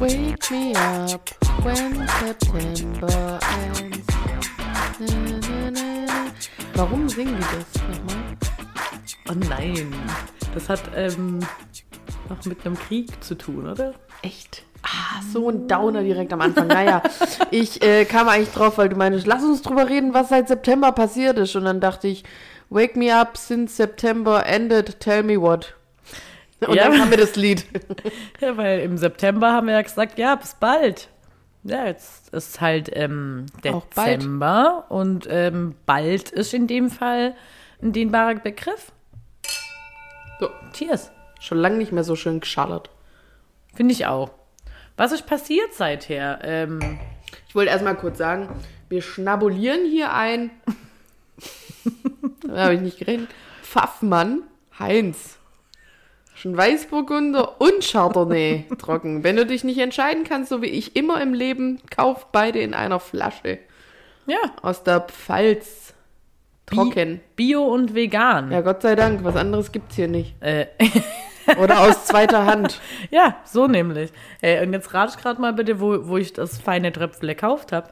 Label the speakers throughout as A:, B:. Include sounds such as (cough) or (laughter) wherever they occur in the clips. A: Wake me up when September ends. Na, na, na, na. Warum singen die das nochmal?
B: Oh nein, das hat ähm, noch mit einem Krieg zu tun, oder?
A: Echt? Ah, so ein Downer direkt am Anfang. (laughs) Naja, ich äh, kam eigentlich drauf, weil du meinst, lass uns drüber reden, was seit September passiert ist. Und dann dachte ich, wake me up since September ended, tell me what. Und
B: Ja.
A: dann kam mir das Lied.
B: Ja, weil im September haben wir ja gesagt, ja, bis bald. Ja, jetzt ist halt ähm,
A: Auch bald.
B: Dezember und ähm, bald ist in dem Fall ein dehnbarer Begriff.
A: So.
B: Cheers.
A: Schon lange nicht mehr so schön geschallert.
B: Finde ich auch. Was ist passiert seither? Ähm,
A: Ich wollte erstmal kurz sagen, wir schnabulieren hier ein. da habe ich nicht geredet. Pfaffmann Heinz. Schon Weißburgunder und
B: (laughs)
A: Chardonnay trocken. Wenn du dich nicht entscheiden kannst, so wie ich immer im Leben, kauf beide in einer Flasche.
B: ja,
A: Aus der Pfalz.
B: Bi-
A: Trocken.
B: Bio und vegan.
A: Ja, Gott sei Dank, was anderes gibt's hier nicht.
B: Äh,
A: (laughs) Oder aus zweiter Hand.
B: ja, so nämlich. Äh, und jetzt rate ich gerade mal bitte, wo, wo ich das feine Tröpfle gekauft habe.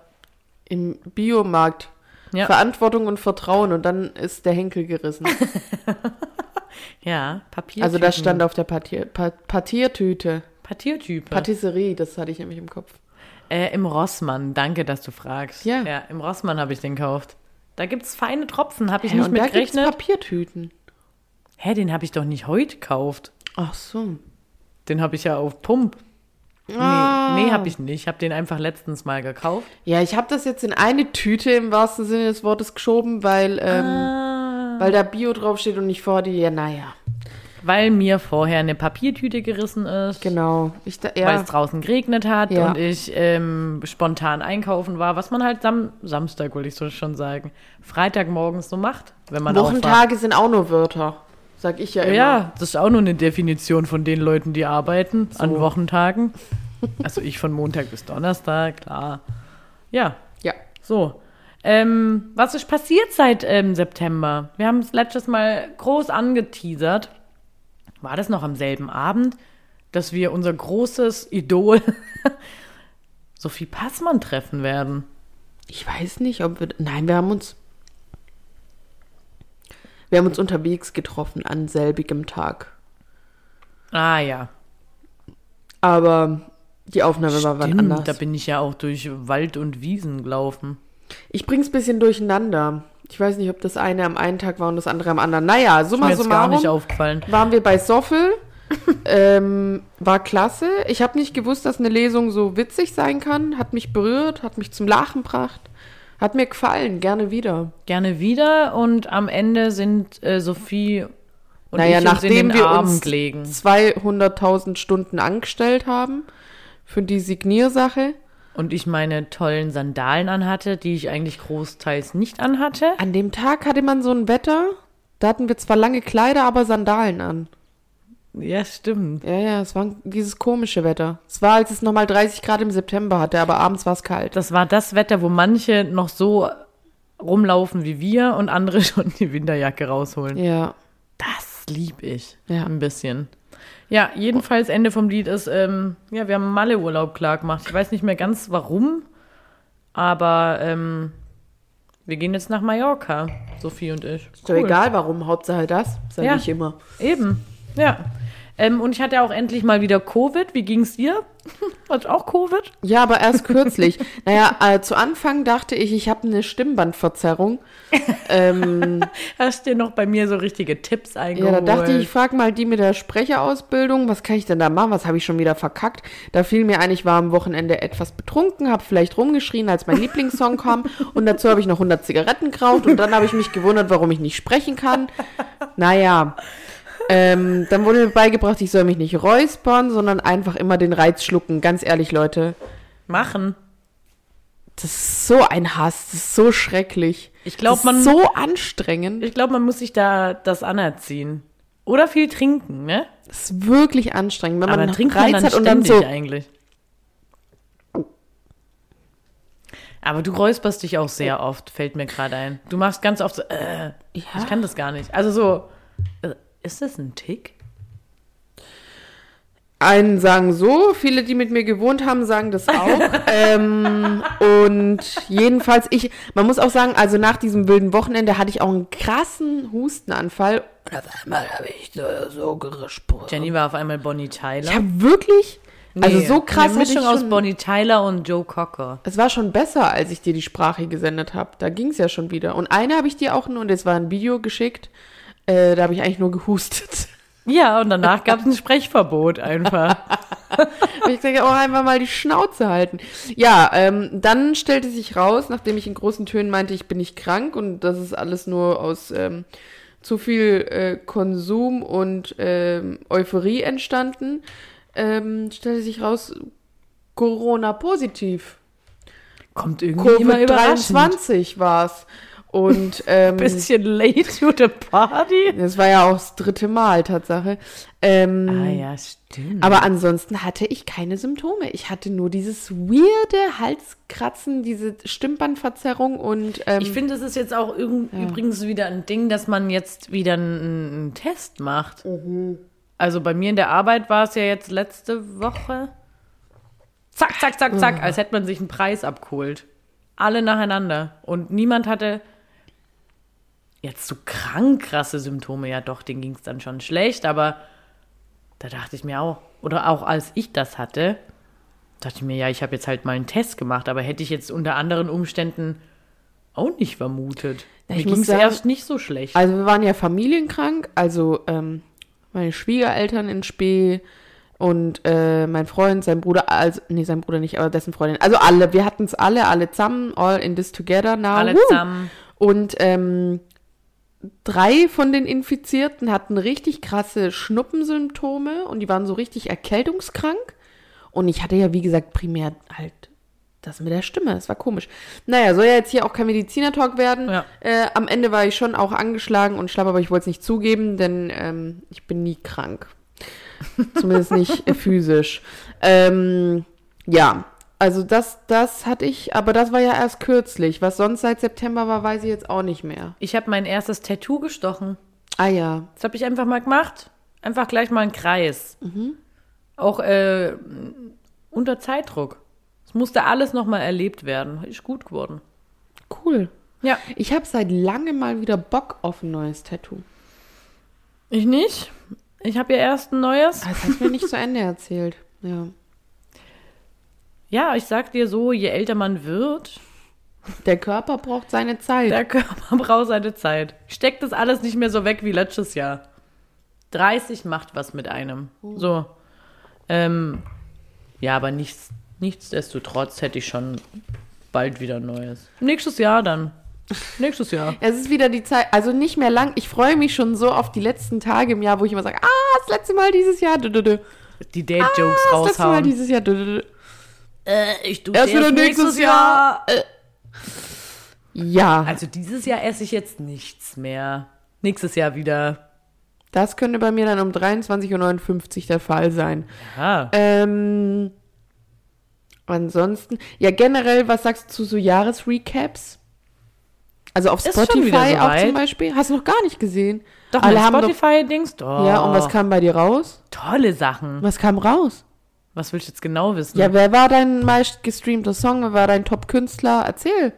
A: Im Biomarkt.
B: Ja.
A: Verantwortung und Vertrauen und dann ist der Henkel gerissen.
B: Ja, Papier.
A: Also das stand auf der Partier, pa Partiertüte.
B: Papiertype.
A: Patisserie, das hatte ich nämlich im Kopf.
B: Äh, Im Rossmann, danke, dass du fragst.
A: Ja.
B: ja Im Rossmann habe ich den gekauft. Da gibt es feine Tropfen, habe ich
A: Hä,
B: nicht
A: und da
B: mit
A: gibt's
B: gerechnet.
A: Papiertüten.
B: Hä, den habe ich doch nicht heute gekauft.
A: Ach so.
B: Den habe ich ja auf Pump.
A: Ah.
B: Nee, nee habe ich nicht. Ich habe den einfach letztens mal gekauft.
A: Ja, ich habe das jetzt in eine Tüte im wahrsten Sinne des Wortes geschoben, weil, ähm,
B: Ah.
A: weil da Bio draufsteht und ich vor dir, ja, naja.
B: Weil mir vorher eine Papiertüte gerissen ist,
A: Genau. Ich da,
B: weil
A: ja,
B: es draußen geregnet hat
A: Ja.
B: und ich ähm, spontan einkaufen war, was man halt am Samstag, wollte ich so schon sagen, Freitagmorgens so macht, wenn man aufwacht.
A: Wochentage sind auch nur Wörter, sag ich ja immer.
B: Ja, das ist auch nur eine Definition von den Leuten, die arbeiten an
A: So. (laughs)
B: Wochentagen. Also ich von Montag bis Donnerstag, klar. Ja,
A: Ja.
B: so. Ähm, was ist passiert seit ähm, September? Wir haben es letztes Mal groß angeteasert. War das noch am selben Abend, dass wir unser großes Idol (laughs) Sophie Passmann treffen werden?
A: Ich weiß nicht, ob wir. Nein, wir haben uns. Wir haben uns unterwegs getroffen an selbigem Tag.
B: Ah ja,
A: Aber die Aufnahme war wann anders.
B: stimmt. Da bin ich ja auch durch Wald und Wiesen gelaufen.
A: Ich bring's ein bisschen durcheinander. Ich weiß nicht, ob das eine am einen Tag war und das andere am anderen. Naja,
B: Ist mir
A: summa
B: jetzt gar nicht
A: summarum
B: aufgefallen.
A: waren wir bei
B: (laughs)
A: Soffel. ähm, war klasse. Ich habe nicht gewusst, dass eine Lesung so witzig sein kann. Hat mich berührt, hat mich zum Lachen gebracht. Hat mir gefallen, gerne wieder.
B: gerne wieder und am Ende sind äh, Sophie und
A: naja,
B: ich uns in
A: nachdem
B: den
A: wir
B: Arm
A: uns
B: gelegen.
A: 200.000 Stunden angestellt haben für die Signiersache,
B: Und ich meine tollen Sandalen anhatte, die ich eigentlich großteils nicht anhatte.
A: an dem Tag hatte man so ein Wetter, da hatten wir zwar lange Kleider, aber Sandalen an.
B: Ja, stimmt.
A: Ja, ja, es war dieses komische Wetter. Es war, als es nochmal 30 Grad im September hatte, aber abends war es kalt.
B: Das war das Wetter, wo manche noch so rumlaufen wie wir und andere (laughs) schon die Winterjacke rausholen.
A: Ja,
B: Das lieb ich.
A: Ja.
B: Ein bisschen. Ja, jedenfalls Ende vom Lied ist, ähm, ja, wir haben einen Malle-Urlaub klar gemacht. Ich weiß nicht mehr ganz warum, aber ähm, wir gehen jetzt nach Mallorca, Sophie und ich.
A: ist doch egal warum, Hauptsache das, sage
B: Ja.
A: ich immer.
B: Eben, ja. Ähm, und ich hatte auch endlich mal wieder Covid. Wie ging's dir? (laughs) Hat auch Covid?
A: Ja, aber erst kürzlich. (laughs) naja, äh, zu Anfang dachte ich, ich habe eine Stimmbandverzerrung. Ähm,
B: Hast dir noch bei mir so richtige Tipps
A: Ja,
B: eingeholt?
A: da dachte ich, ich frage mal die mit der Sprecherausbildung, was kann ich denn da machen, was habe ich schon wieder verkackt. Da fiel mir ein, ich war am Wochenende etwas betrunken, habe vielleicht rumgeschrien, als mein Lieblingssong kam und dazu habe ich noch 100 Zigaretten geraucht und dann habe ich mich gewundert, warum ich nicht sprechen kann. Naja, ähm, dann wurde mir beigebracht, ich soll mich nicht räuspern, sondern einfach immer den Reiz schlucken. Ganz ehrlich, Leute,
B: Machen.
A: das ist so ein Hass, das ist so schrecklich.
B: Ich glaub,
A: Das ist
B: man-
A: so anstrengend.
B: Ich glaube, man muss sich da das anerziehen. Oder viel trinken, ne?
A: Das ist wirklich anstrengend, wenn man
B: Aber
A: einen
B: trinkt
A: Reiz
B: man dann
A: hat und dann
B: ständig
A: so
B: eigentlich. Aber du räusperst dich auch sehr oft, fällt mir gerade ein. Du machst ganz oft so, äh, ich kann das gar nicht. Also so, äh, ist das ein Tick?
A: einen sagen so, viele, die mit mir gewohnt haben, sagen das
B: (laughs)
A: auch. ähm, und jedenfalls, ich, man muss auch sagen, also nach diesem wilden Wochenende hatte ich auch einen krassen Hustenanfall. Und auf einmal habe ich so, so gesprochen.
B: Jenny war auf einmal Bonnie Tyler.
A: Ich habe wirklich, also
B: Nee,
A: so krass.
B: Eine
A: hatte ich
B: Mischung aus
A: schon-
B: Bonnie Tyler und Joe Cocker.
A: Es war schon besser, als ich dir die Sprache gesendet habe. Da ging es ja schon wieder. Und eine habe ich dir auch, nur- und es war ein Video geschickt, äh, da habe ich eigentlich nur gehustet.
B: Ja, und danach gab es ein
A: (laughs)
B: Sprechverbot einfach.
A: Hab ich gesagt, auch einfach mal die Schnauze halten. Ja, ähm, dann stellte sich raus, nachdem ich in großen Tönen meinte, ich bin nicht krank und das ist alles nur aus ähm, zu viel äh, Konsum und ähm, Euphorie entstanden, ähm, stellte sich raus, Corona positiv.
B: Kommt irgendwie immer überraschend.
A: Covid-23 war's.
B: (laughs)
A: Und ähm,
B: Bisschen late to the party.
A: das war ja auch das dritte Mal, Tatsache. Ähm,
B: Ah ja, stimmt.
A: aber ansonsten hatte ich keine Symptome. Ich hatte nur dieses weirde Halskratzen, diese Stimmbandverzerrung und ähm,
B: Ich finde, das ist jetzt auch irgend, übrigens wieder ein Ding, dass man jetzt wieder einen, einen Test macht. Also bei mir in der Arbeit war es ja jetzt letzte Woche. Zack, zack, zack, zack, als hätte man sich einen Preis abgeholt. Alle nacheinander. Und niemand hatte jetzt so krank krasse Symptome. Ja, doch, denen ging es dann schon schlecht, aber da dachte ich mir auch, oder auch als ich das hatte, dachte ich mir, ja, ich habe jetzt halt mal einen Test gemacht, aber hätte ich jetzt unter anderen Umständen auch nicht vermutet.
A: Ja,
B: Mir
A: ich
B: ging
A: muss
B: es
A: sagen-
B: erst nicht so schlecht.
A: also wir waren ja familienkrank, also ähm, meine Schwiegereltern in Spee und äh, mein Freund, sein Bruder, also nee, sein Bruder nicht, aber dessen Freundin. Also alle, wir hatten's alle, alle zusammen, all in this together now.
B: Alle
A: Woo!
B: zusammen.
A: Und ähm, drei von den Infizierten hatten richtig krasse Schnuppensymptome und die waren so richtig erkältungskrank. Und ich hatte ja, wie gesagt, primär halt das mit der Stimme. Das war komisch. Naja, soll ja jetzt hier auch kein Mediziner-Talk werden.
B: Ja.
A: Äh, am Ende war ich schon auch angeschlagen und schlapp, aber ich wollte es nicht zugeben, denn ähm, ich bin nie krank. Zumindest nicht äh, physisch. Ähm, ja, also das, das hatte ich, aber das war ja erst kürzlich. Was sonst seit September war, weiß ich jetzt auch nicht mehr.
B: Ich habe mein erstes Tattoo gestochen.
A: Ah ja.
B: Das habe ich einfach mal gemacht. Einfach gleich mal einen Kreis.
A: Mhm.
B: Auch äh, unter Zeitdruck. Es musste alles nochmal erlebt werden. Ist gut geworden.
A: Cool.
B: Ja.
A: Ich habe seit langem mal wieder Bock auf ein neues Tattoo.
B: Ich nicht. Ich habe ja erst ein neues.
A: Ah, Das hast du mir nicht zu
B: (laughs)
A: Ende erzählt. Ja.
B: Ja, ich sag dir so, je älter man wird,
A: Der Körper braucht seine Zeit.
B: der Körper (laughs) braucht seine Zeit. Steckt das alles nicht mehr so weg wie letztes Jahr. 30 macht was mit einem.
A: Oh.
B: So. Ähm, ja, aber nichts, nichtsdestotrotz hätte ich schon bald wieder Neues. Nächstes Jahr dann. Nächstes Jahr.
A: es ist wieder die Zeit, also nicht mehr lang. Ich freue mich schon so auf die letzten Tage im Jahr, wo ich immer sage, ah, das letzte Mal dieses Jahr. Dü, dü, dü.
B: Die Date-Jokes
A: Ah, das letzte Mal
B: raushauen.
A: dieses Jahr. Dü, dü, dü.
B: Äh, ich tue
A: Erst wieder nächstes Jahr. Ja,
B: Also dieses Jahr esse ich jetzt nichts mehr. Nächstes Jahr wieder.
A: das könnte bei mir dann um 23.59 Uhr der Fall sein.
B: Ah.
A: Ähm, ansonsten, ja generell, was sagst du zu so Jahresrecaps? Also auf
B: Ist schon wieder
A: Spotify auch
B: soweit.
A: zum Beispiel. Hast du noch gar nicht gesehen.
B: Doch, Oh.
A: Alle
B: mit
A: haben
B: Spotify-Dings.
A: Doch, ja, und was kam bei dir raus?
B: Tolle Sachen.
A: Was kam raus?
B: Was willst du jetzt genau wissen?
A: Ja, wer war dein meist gestreamter Song? Wer war dein Top-Künstler? Erzähl.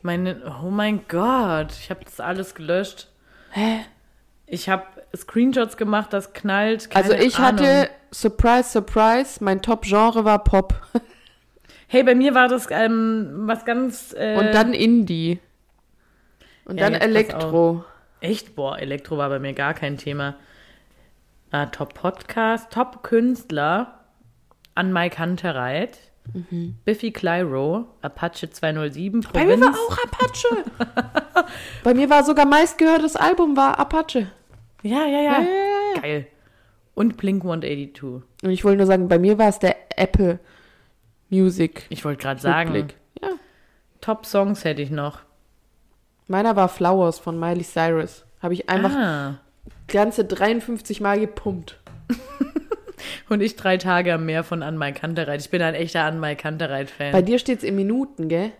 B: Meine, oh mein Gott, ich habe das alles gelöscht. Hä? Ich habe Screenshots gemacht, das knallt. Keine
A: Also ich
B: Ahnung.
A: hatte, surprise, surprise, mein Top-Genre war Pop.
B: Hey, bei mir war das ähm, was ganz. Äh,
A: Und dann Indie. Und
B: Ja,
A: dann
B: jetzt pass
A: Elektro.
B: Echt, boah, Elektro war bei mir gar kein Thema. Ah, Top Podcast, Top Künstler an Mike Hunterreit, Biffy Clyro, Apache 207,
A: Mhm. Bei mir war
B: Provinz.
A: auch Apache. (laughs) Bei mir war sogar meistgehörtes Album war Apache.
B: Ja, ja, ja.
A: Ja, ja, ja.
B: Geil. Und Blink 182.
A: Und ich wollte nur sagen, bei mir war es der Apple Music.
B: Ich wollte gerade sagen,
A: Rückblick. Ja.
B: Top Songs hätte ich noch.
A: Meiner war Flowers von Miley Cyrus. Habe ich einfach
B: Ah.
A: ganze 53 Mal gepumpt.
B: Und ich drei Tage am Meer von Anmai Kantereit. Ich bin ein echter Anmai
A: Bei
B: Kantereit-Fan.
A: dir steht es in Minuten, gell?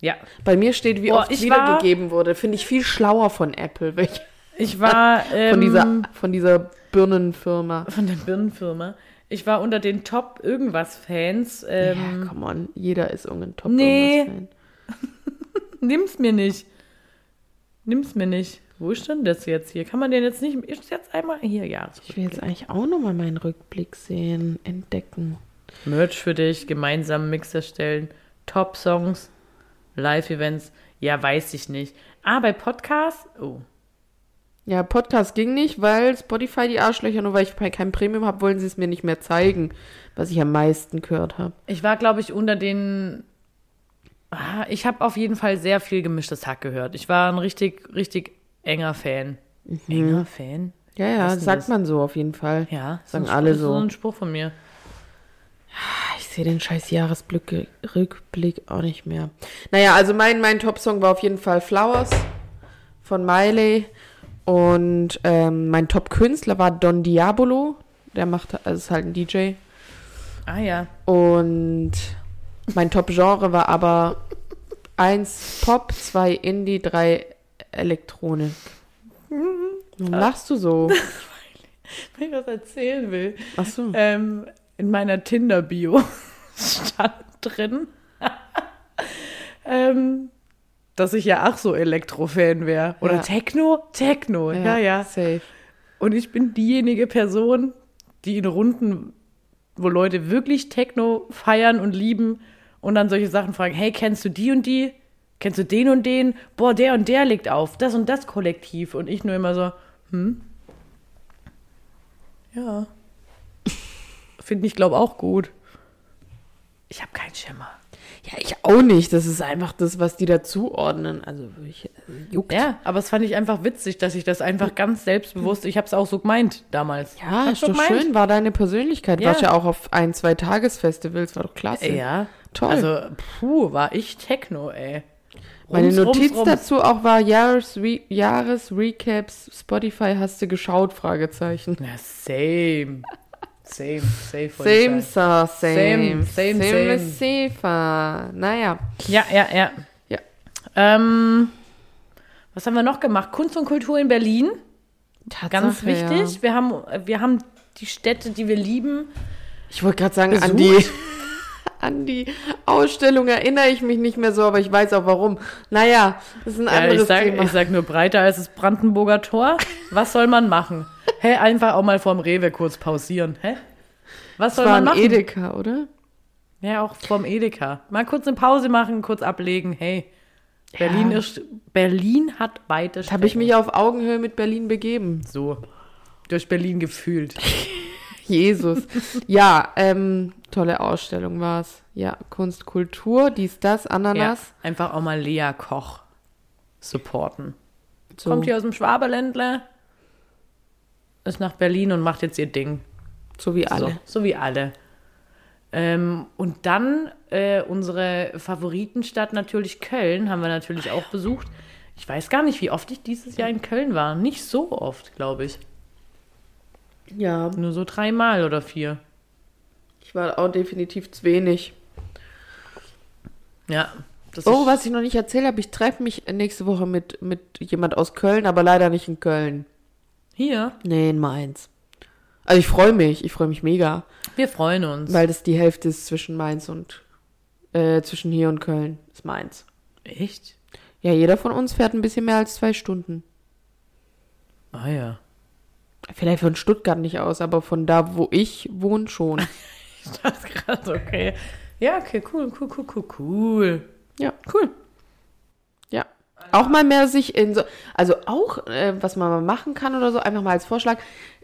B: Ja.
A: Bei mir steht, wie
B: Boah,
A: oft
B: ich
A: wiedergegeben wurde. Finde ich viel schlauer von Apple, welch-
B: Ich war ähm,
A: von, dieser, von dieser Birnenfirma.
B: von der Birnenfirma. Ich war unter den Top irgendwas Fans. Ähm,
A: ja, come on. Jeder ist irgendein top
B: Nee.
A: irgendwas-Fan.
B: Nimm's mir nicht. Nimm's mir nicht. Wo ist denn das jetzt hier? Kann man den jetzt nicht. Ist jetzt einmal hier, ja.
A: Ich will jetzt eigentlich auch nochmal meinen Rückblick sehen, entdecken.
B: Merch für dich, gemeinsam Mix erstellen, Top-Songs, Live-Events. Ja, weiß ich nicht. Ah, bei Podcasts? Oh.
A: Ja, Podcast ging nicht, weil Spotify die Arschlöcher, nur weil ich kein Premium habe, wollen sie es mir nicht mehr zeigen, was ich am meisten gehört habe.
B: Ich war, glaube ich, unter den. Ah, ich habe auf jeden Fall sehr viel gemischtes Hack gehört. Ich war ein richtig, richtig enger Fan.
A: Mhm.
B: Enger Fan?
A: Ja, ja,
B: Was denn
A: sagt
B: das?
A: man so auf jeden Fall.
B: Ja, ist
A: Sagen
B: ein Spruch-
A: alle
B: ist
A: so.
B: ein Spruch von mir.
A: Ich sehe den scheiß Jahresblick- Rückblick auch nicht mehr. Naja, also mein, mein Top-Song war auf jeden Fall Flowers von Miley. Und ähm, mein Top-Künstler war Don Diabolo. Der macht, also ist halt ein DJ.
B: Ah ja.
A: Und mein Top-Genre war aber eins Pop, zwei Indie, drei Elektronik. Warum
B: Äh.
A: lachst du so?
B: Wenn ich was erzählen will.
A: Ach so.
B: ähm, in meiner Tinder-Bio (laughs) stand drin, (laughs) ähm, dass ich ja auch so Elektro-Fan wäre. Oder
A: Ja.
B: Techno? Techno, (laughs) ja, ja.
A: Safe.
B: Und ich bin diejenige Person, die in Runden, wo Leute wirklich Techno feiern und lieben und dann solche Sachen fragen, hey, kennst du die und die? Kennst du den und den? Boah, der und der legt auf, das und das Kollektiv. Und ich nur immer so, hm? Ja. (laughs) Finde ich, glaube auch gut. Ich habe keinen Schimmer.
A: Ja, ich auch nicht. Das ist einfach das, was die dazuordnen. Also, ich, also juckt.
B: Ja, aber es fand ich einfach witzig, dass ich das einfach ganz selbstbewusst, ich habe es auch so gemeint damals. Ich
A: Ja,
B: hab's
A: ist doch schön. War deine Persönlichkeit.
B: Ja.
A: Warst ja auch auf ein, zwei Tagesfestivals. War doch klasse.
B: Ja,
A: Toll.
B: Also, puh, war ich Techno, ey.
A: Meine
B: Rums,
A: Notiz
B: rums, rums.
A: dazu auch war Jahresre Jahresrecaps. Spotify hast du geschaut? Fragezeichen.
B: Na, same. Same, same. wollte ich
A: Same,
B: sagen.
A: sir, same.
B: Same, same,
A: Same,
B: same.
A: is safer. Naja.
B: Ja, ja, ja.
A: Ja.
B: Ähm, was haben wir noch gemacht? Kunst und Kultur in Berlin,
A: Tatsache,
B: ganz wichtig.
A: Ja.
B: Wir, haben, wir haben die Städte, die wir lieben.
A: Ich wollte gerade sagen, an die, (laughs) an die Ausstellung erinnere ich mich nicht mehr so, aber ich weiß auch warum. Naja, das ist ein
B: Ja, ich,
A: anderes
B: sag,
A: Thema.
B: ich sag nur breiter als das Brandenburger Tor. Was soll man machen? Hä, einfach auch mal vorm Rewe kurz pausieren. Hä? Was soll
A: das war
B: man
A: ein
B: machen?
A: Edeka, oder?
B: Ja, auch vom Edeka. Mal kurz eine Pause machen, kurz ablegen. Hey, Berlin ist. Berlin hat weite
A: Da habe ich
B: Strecken.
A: mich auf Augenhöhe mit Berlin begeben.
B: so durch Berlin gefühlt.
A: Jesus. (laughs) ja, ähm, tolle Ausstellung war's. Ja, Kunst, Kultur, dies, das,
B: Ja,
A: Ananas.
B: einfach auch mal Lea Koch supporten.
A: So.
B: Kommt hier aus dem Schwaberländle, ist nach Berlin und macht jetzt ihr Ding.
A: So wie alle.
B: So, so wie alle. Ähm, und dann äh, unsere Favoritenstadt natürlich Köln, haben wir natürlich auch besucht. Ich weiß gar nicht, wie oft ich dieses Jahr in Köln war. Nicht so oft, glaube ich.
A: Ja,
B: Nur so dreimal oder vier.
A: ich war auch definitiv zu wenig.
B: Ja. Das
A: Oh,
B: ist-
A: was ich noch nicht erzählt habe, ich treffe mich nächste Woche mit, mit jemand aus Köln, aber leider nicht in Köln.
B: Hier,
A: Nee, in Mainz. Also ich freue mich, ich freue mich mega,
B: wir freuen uns.
A: weil das die Hälfte ist zwischen Mainz und, äh, zwischen hier und Köln, ist Mainz.
B: Echt?
A: Ja, jeder von uns fährt ein bisschen mehr als zwei Stunden.
B: Ah ja.
A: Vielleicht von Stuttgart nicht aus, aber von da, wo ich wohne, schon.
B: Ich dachte gerade, okay. Ja, okay, cool, cool, cool, cool, cool.
A: Ja, cool. Ja. Auch mal mehr sich in so, also auch, äh, was man mal machen kann oder so, einfach mal als Vorschlag,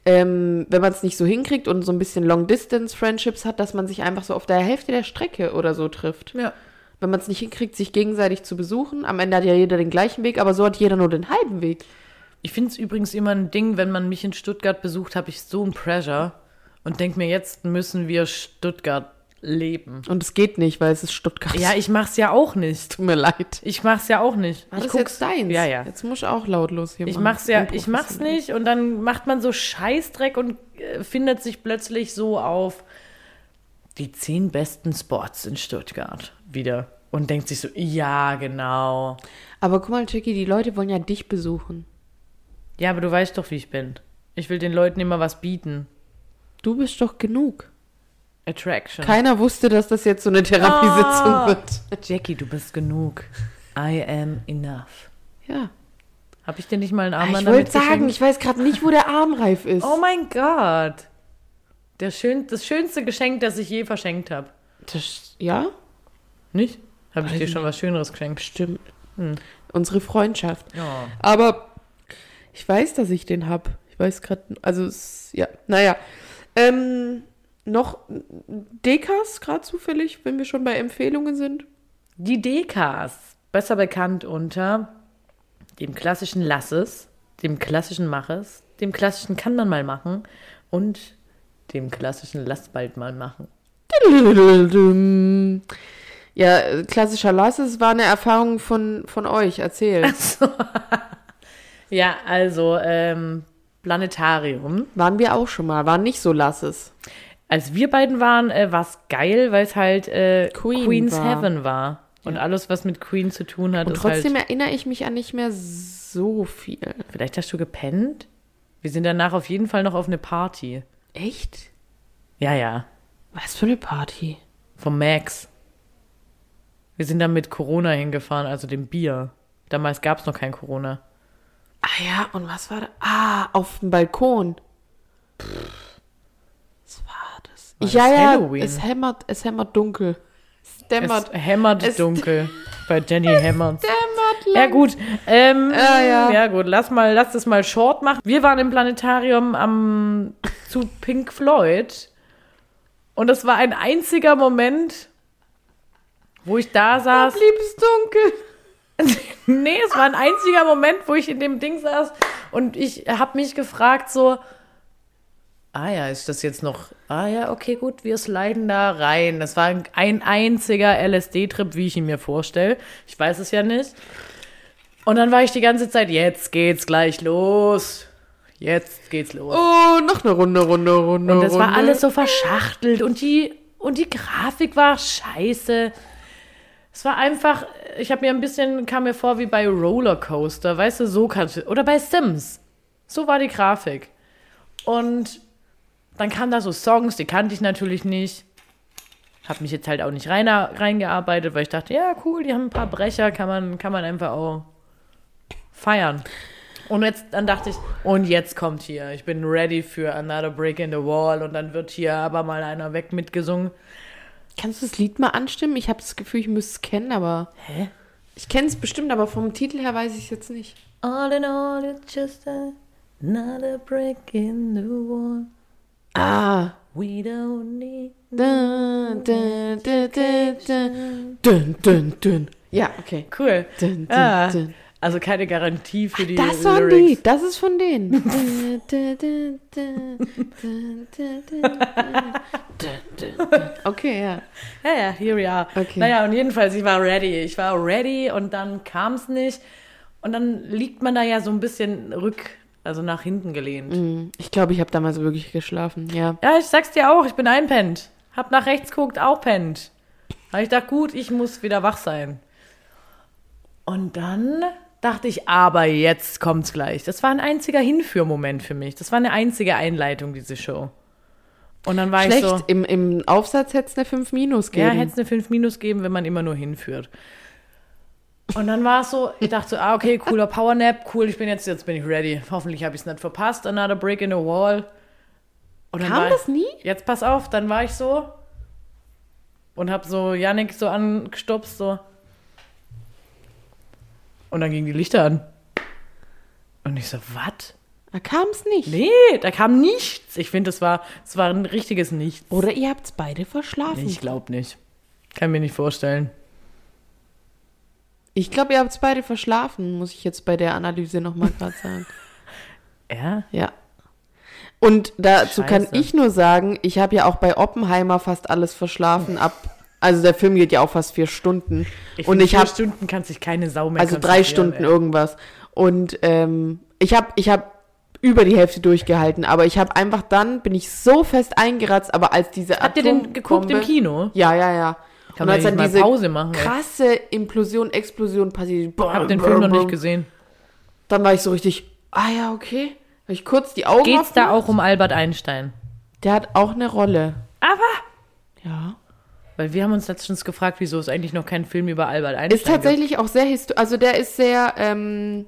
A: ähm, wenn man es nicht so hinkriegt und so ein bisschen Long-Distance-Friendships hat, dass man sich einfach so auf der Hälfte der Strecke oder so trifft.
B: Ja.
A: Wenn man es nicht hinkriegt, sich gegenseitig zu besuchen, am Ende hat ja jeder den gleichen Weg, aber so hat jeder nur den halben Weg.
B: Ich finde es übrigens immer ein Ding, wenn man mich in Stuttgart besucht, habe ich so ein Pressure und denke mir, jetzt müssen wir Stuttgart leben.
A: Und es geht nicht, weil es ist Stuttgart.
B: Ja, ich mach's ja auch nicht.
A: tut mir leid.
B: Ich mach's ja auch nicht.
A: War
B: ich
A: das jetzt deins?
B: Ja, ja.
A: Jetzt muss ich auch lautlos hier
B: Ich
A: machen.
B: mach's ja, ich mach's
A: Unprofessionell.
B: nicht und dann macht man so Scheißdreck und äh, findet sich plötzlich so auf die zehn besten Spots in Stuttgart wieder und denkt sich so, ja, genau.
A: Aber guck mal, Jackie, die Leute wollen ja dich besuchen.
B: Ja, aber du weißt doch, wie ich bin. Ich will den Leuten immer was bieten.
A: Du bist doch genug.
B: Attraction.
A: Keiner wusste, dass das jetzt so eine Therapiesitzung
B: Ah.
A: wird.
B: Jackie, du bist genug. I am enough.
A: Ja.
B: Habe ich dir nicht mal einen
A: Aber
B: Armband
A: Ah, ich wollte
B: damit geschenkt?
A: sagen, ich weiß gerade nicht, wo der Armreif ist.
B: Oh mein Gott. Der schön, das schönste Geschenk, das ich je verschenkt habe.
A: das, ja,
B: Nicht? Habe ich
A: Weiß
B: dir
A: ich
B: schon was Schöneres geschenkt?
A: stimmt. Unsere Freundschaft.
B: Ja.
A: Aber ich weiß, dass ich den hab. Ich weiß gerade, also es, ja, naja. Ähm, noch Dekas gerade zufällig, wenn wir schon bei Empfehlungen sind.
B: Die Dekas, besser bekannt unter dem klassischen Lasses, dem klassischen Maches, dem klassischen kann man mal machen und dem klassischen Lass bald mal machen.
A: Ja, äh, klassischer Lass, es war eine Erfahrung von, von euch,
B: (laughs)
A: erzählt.
B: Ja, also ähm, Planetarium.
A: Waren wir auch schon mal, waren nicht so Lasses.
B: Als wir beiden waren, äh, war es geil, weil es halt äh,
A: Queen
B: Queen's
A: war.
B: Heaven war. Und alles, was mit Queen zu tun hat,
A: Und
B: ist
A: trotzdem
B: halt...
A: erinnere ich mich an nicht mehr so viel.
B: Vielleicht hast du gepennt? Wir sind danach auf jeden Fall noch auf eine Party.
A: Echt?
B: Ja, ja.
A: Was für eine Party?
B: Vom Max. Wir sind dann mit Corona hingefahren, also dem Bier. Damals gab es noch kein Corona.
A: Ah ja, und was war da? Ah, auf dem Balkon. Was war das?
B: War
A: ja,
B: das
A: ja,
B: Halloween?
A: es hämmert, es hämmert dunkel. Es dämmert,
B: Es hämmert
A: Es- (laughs)
B: dunkel. Bei Jenny hämmert.
A: dämmert
B: Ja
A: lang.
B: gut, ähm,
A: Ja, ja.
B: gut, lass mal, lass das mal short machen. Wir waren im Planetarium am zu Pink Floyd und das war ein einziger Moment, wo ich da
A: Ja,
B: saß.
A: blieb es dunkel.
B: Nee, es war ein einziger Moment, wo ich in dem Ding saß und ich habe mich gefragt so, ah ja, ist das jetzt noch, ah ja, okay, gut, wir sliden da rein. Das war ein einziger LSD-Trip, wie ich ihn mir vorstelle. Ich weiß es ja nicht. Und dann war ich die ganze Zeit, jetzt geht's gleich los. Jetzt geht's los.
A: Oh, noch eine Runde, Runde, Runde,
B: Und das
A: Runde.
B: war alles so verschachtelt und die, und die Grafik war scheiße. Es war einfach, ich habe mir ein bisschen, kam mir vor wie bei Rollercoaster, weißt du, so kann oder bei Sims. So war die Grafik. Und dann kamen da so Songs, die kannte ich natürlich nicht. Hab mich jetzt halt auch nicht rein, reingearbeitet, weil ich dachte, ja, cool, die haben ein paar Brecher, kann man, kann man einfach auch feiern. Und jetzt, dann dachte ich, und jetzt kommt hier, ich bin ready für Another Break in the Wall und dann wird hier aber mal einer weg mitgesungen.
A: Kannst du das Lied mal anstimmen? Ich habe das Gefühl, ich müsste es kennen, aber.
B: Hä?
A: Ich kenne es bestimmt, aber vom Titel her weiß ich es jetzt nicht.
B: All in all, it's just another break in the wall.
A: Ah.
B: We don't need.
A: Dun, dun, dun, dun, dun. Dun, dun, dun. Ja, okay.
B: Cool.
A: Dun, dun,
B: Ah,
A: dun.
B: also keine Garantie für die
A: Das waren
B: Lyrics.
A: die, das ist von denen.
B: (laughs)
A: Dun, dun, dun, dun, dun, dun, dun, dun, dun, dun. Okay, ja.
B: Ja, ja, here we are.
A: Okay.
B: Naja, und jedenfalls, ich war ready. Ich war ready und dann kam es nicht. Und dann liegt man da ja so ein bisschen rück, also nach hinten gelehnt.
A: Hm, Ich glaube, ich habe damals wirklich geschlafen, ja.
B: Ja, ich sag's dir auch, ich bin einpennt. Hab nach rechts geguckt, auch pennt. Da hab ich gedacht, gut, ich muss wieder wach sein. Und dann dachte ich, aber jetzt kommt's gleich. Das war ein einziger Hinführmoment für mich. Das war eine einzige Einleitung, diese Show. Und dann war
A: Schlecht,
B: ich so,
A: im, im Aufsatz hätte es eine 5 minus
B: ja,
A: geben.
B: hätte es eine 5 minus geben, wenn man immer nur hinführt. Und dann war es so, ich dachte so, ah, okay, cooler Powernap, cool, ich bin jetzt, jetzt bin ich ready. Hoffentlich habe ich es nicht verpasst. Another break in the wall. Und dann war
A: Kam
B: ich-
A: das nie?
B: Jetzt pass auf, dann war ich so und hab so Yannick so angestupst, so. Und dann gingen die Lichter an. Und ich so, was?
A: Da kam es nicht.
B: Nee, da kam nichts. Ich finde, das war, das war ein richtiges Nichts.
A: Oder ihr habt es beide verschlafen.
B: Ich glaube nicht. Kann mir nicht vorstellen.
A: Ich glaube, ihr habt es beide verschlafen, muss ich jetzt bei der Analyse nochmal gerade sagen.
B: Ja?
A: Ja. Und dazu kann
B: Scheiße.
A: ich nur sagen, ich habe ja auch bei Oppenheimer fast alles verschlafen ab. Also der Film geht ja auch fast vier Stunden. und
B: find,
A: ich
B: vier
A: habe
B: Stunden kann sich keine Sau mehr
A: also drei
B: konzentrieren,
A: Stunden
B: ey.
A: irgendwas. Und ähm, ich habe ich habe über die Hälfte durchgehalten, aber ich habe einfach dann bin ich so fest eingeratzt. Aber als diese
B: Habt ihr den geguckt im
A: Atombombe-
B: Kino?
A: Ja, ja, ja.
B: Kann
A: und
B: man
A: als
B: ja
A: dann
B: nicht mal
A: diese
B: Pause machen. ey.
A: krasse Implosion, Explosion passiert, boah,
B: Hab den Film noch nicht gesehen.
A: Dann war ich so richtig, ah ja okay. Hab ich kurz die Augen
B: Geht's da
A: aufgemacht.
B: auch um Albert Einstein?
A: Der hat auch eine Rolle.
B: Aber Weil wir haben uns letztens gefragt, wieso es eigentlich noch keinen Film über Albert Einstein
A: Ist tatsächlich auch sehr historisch, also der ist sehr ähm,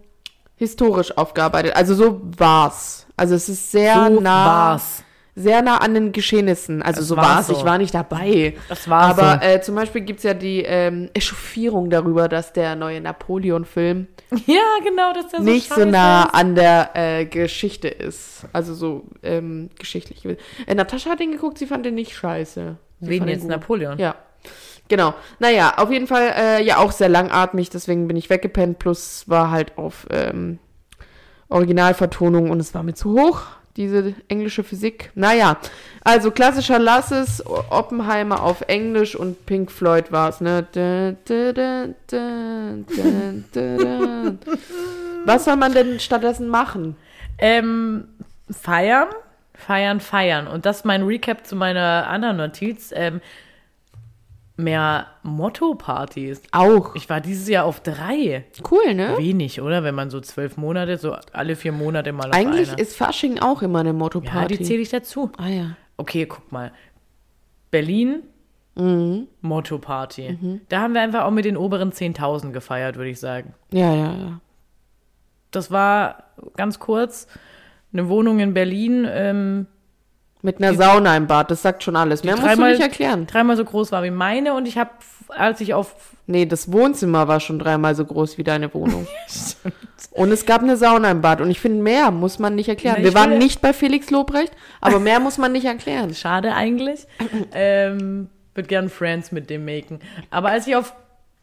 A: historisch aufgearbeitet. Also so war's. Also es ist sehr
B: gibt. So
A: nah.
B: war's.
A: Sehr nah an den Geschehnissen. Also
B: Das
A: so
B: war
A: war's.
B: so.
A: Ich war nicht dabei.
B: Das war
A: Aber
B: so.
A: äh, zum Beispiel gibt's ja die ähm, Echauffierung darüber, dass der neue Napoleon-Film
B: Ja, genau, dass der so
A: äh, nicht so
B: scheiße
A: nah
B: ist.
A: an der äh, Geschichte ist. Also so ähm, geschichtlich. Äh, Natascha hat den geguckt, sie fand den nicht scheiße. Sie
B: Wen
A: fand den
B: jetzt?
A: gut.
B: Napoleon?
A: Ja. Genau. Naja, auf jeden Fall äh, ja auch sehr langatmig, deswegen bin ich weggepennt. Plus war halt auf ähm, Originalvertonung und es war mir zu hoch, diese englische Physik. Naja, also klassischer Lasses, O- Oppenheimer auf Englisch und Pink Floyd war es, ne? Dun, dun, dun, dun, dun,
B: (laughs)
A: dun, dun. Was soll man denn stattdessen machen?
B: Ähm, feiern, feiern, feiern. Und das ist mein Recap zu meiner anderen Notiz. Ähm, mehr Motto-Partys.
A: Auch.
B: Ich war dieses Jahr auf drei.
A: Cool, ne?
B: Wenig, oder? Wenn man so zwölf Monate, so alle vier Monate mal auf
A: Eigentlich
B: eine.
A: ist Fasching auch immer eine
B: ne? ja, die
A: Motto-Party.
B: zähle ich dazu.
A: ah ja.
B: Okay, guck mal. Berlin, Motto-Party. Da haben wir einfach auch mit den oberen 10.000 gefeiert, würde ich sagen.
A: Ja, ja, ja.
B: Das war ganz kurz eine Wohnung in Berlin, ähm,
A: Mit einer Sauna im Bad, das sagt schon alles. Mehr musst du
B: dreimal-
A: nicht erklären.
B: dreimal so groß war wie meine und ich habe, als ich auf
A: Nee, das Wohnzimmer war schon dreimal so groß wie deine
B: (laughs)
A: Wohnung. und es gab eine Sauna im Bad. Und ich finde, mehr muss man nicht erklären.
B: Nee,
A: Wir
B: ich
A: waren
B: will-
A: nicht bei Felix Lobrecht,
B: (laughs)
A: aber mehr muss man nicht erklären.
B: schade eigentlich, ähm, würde gern Friends mit dem machen, aber als ich auf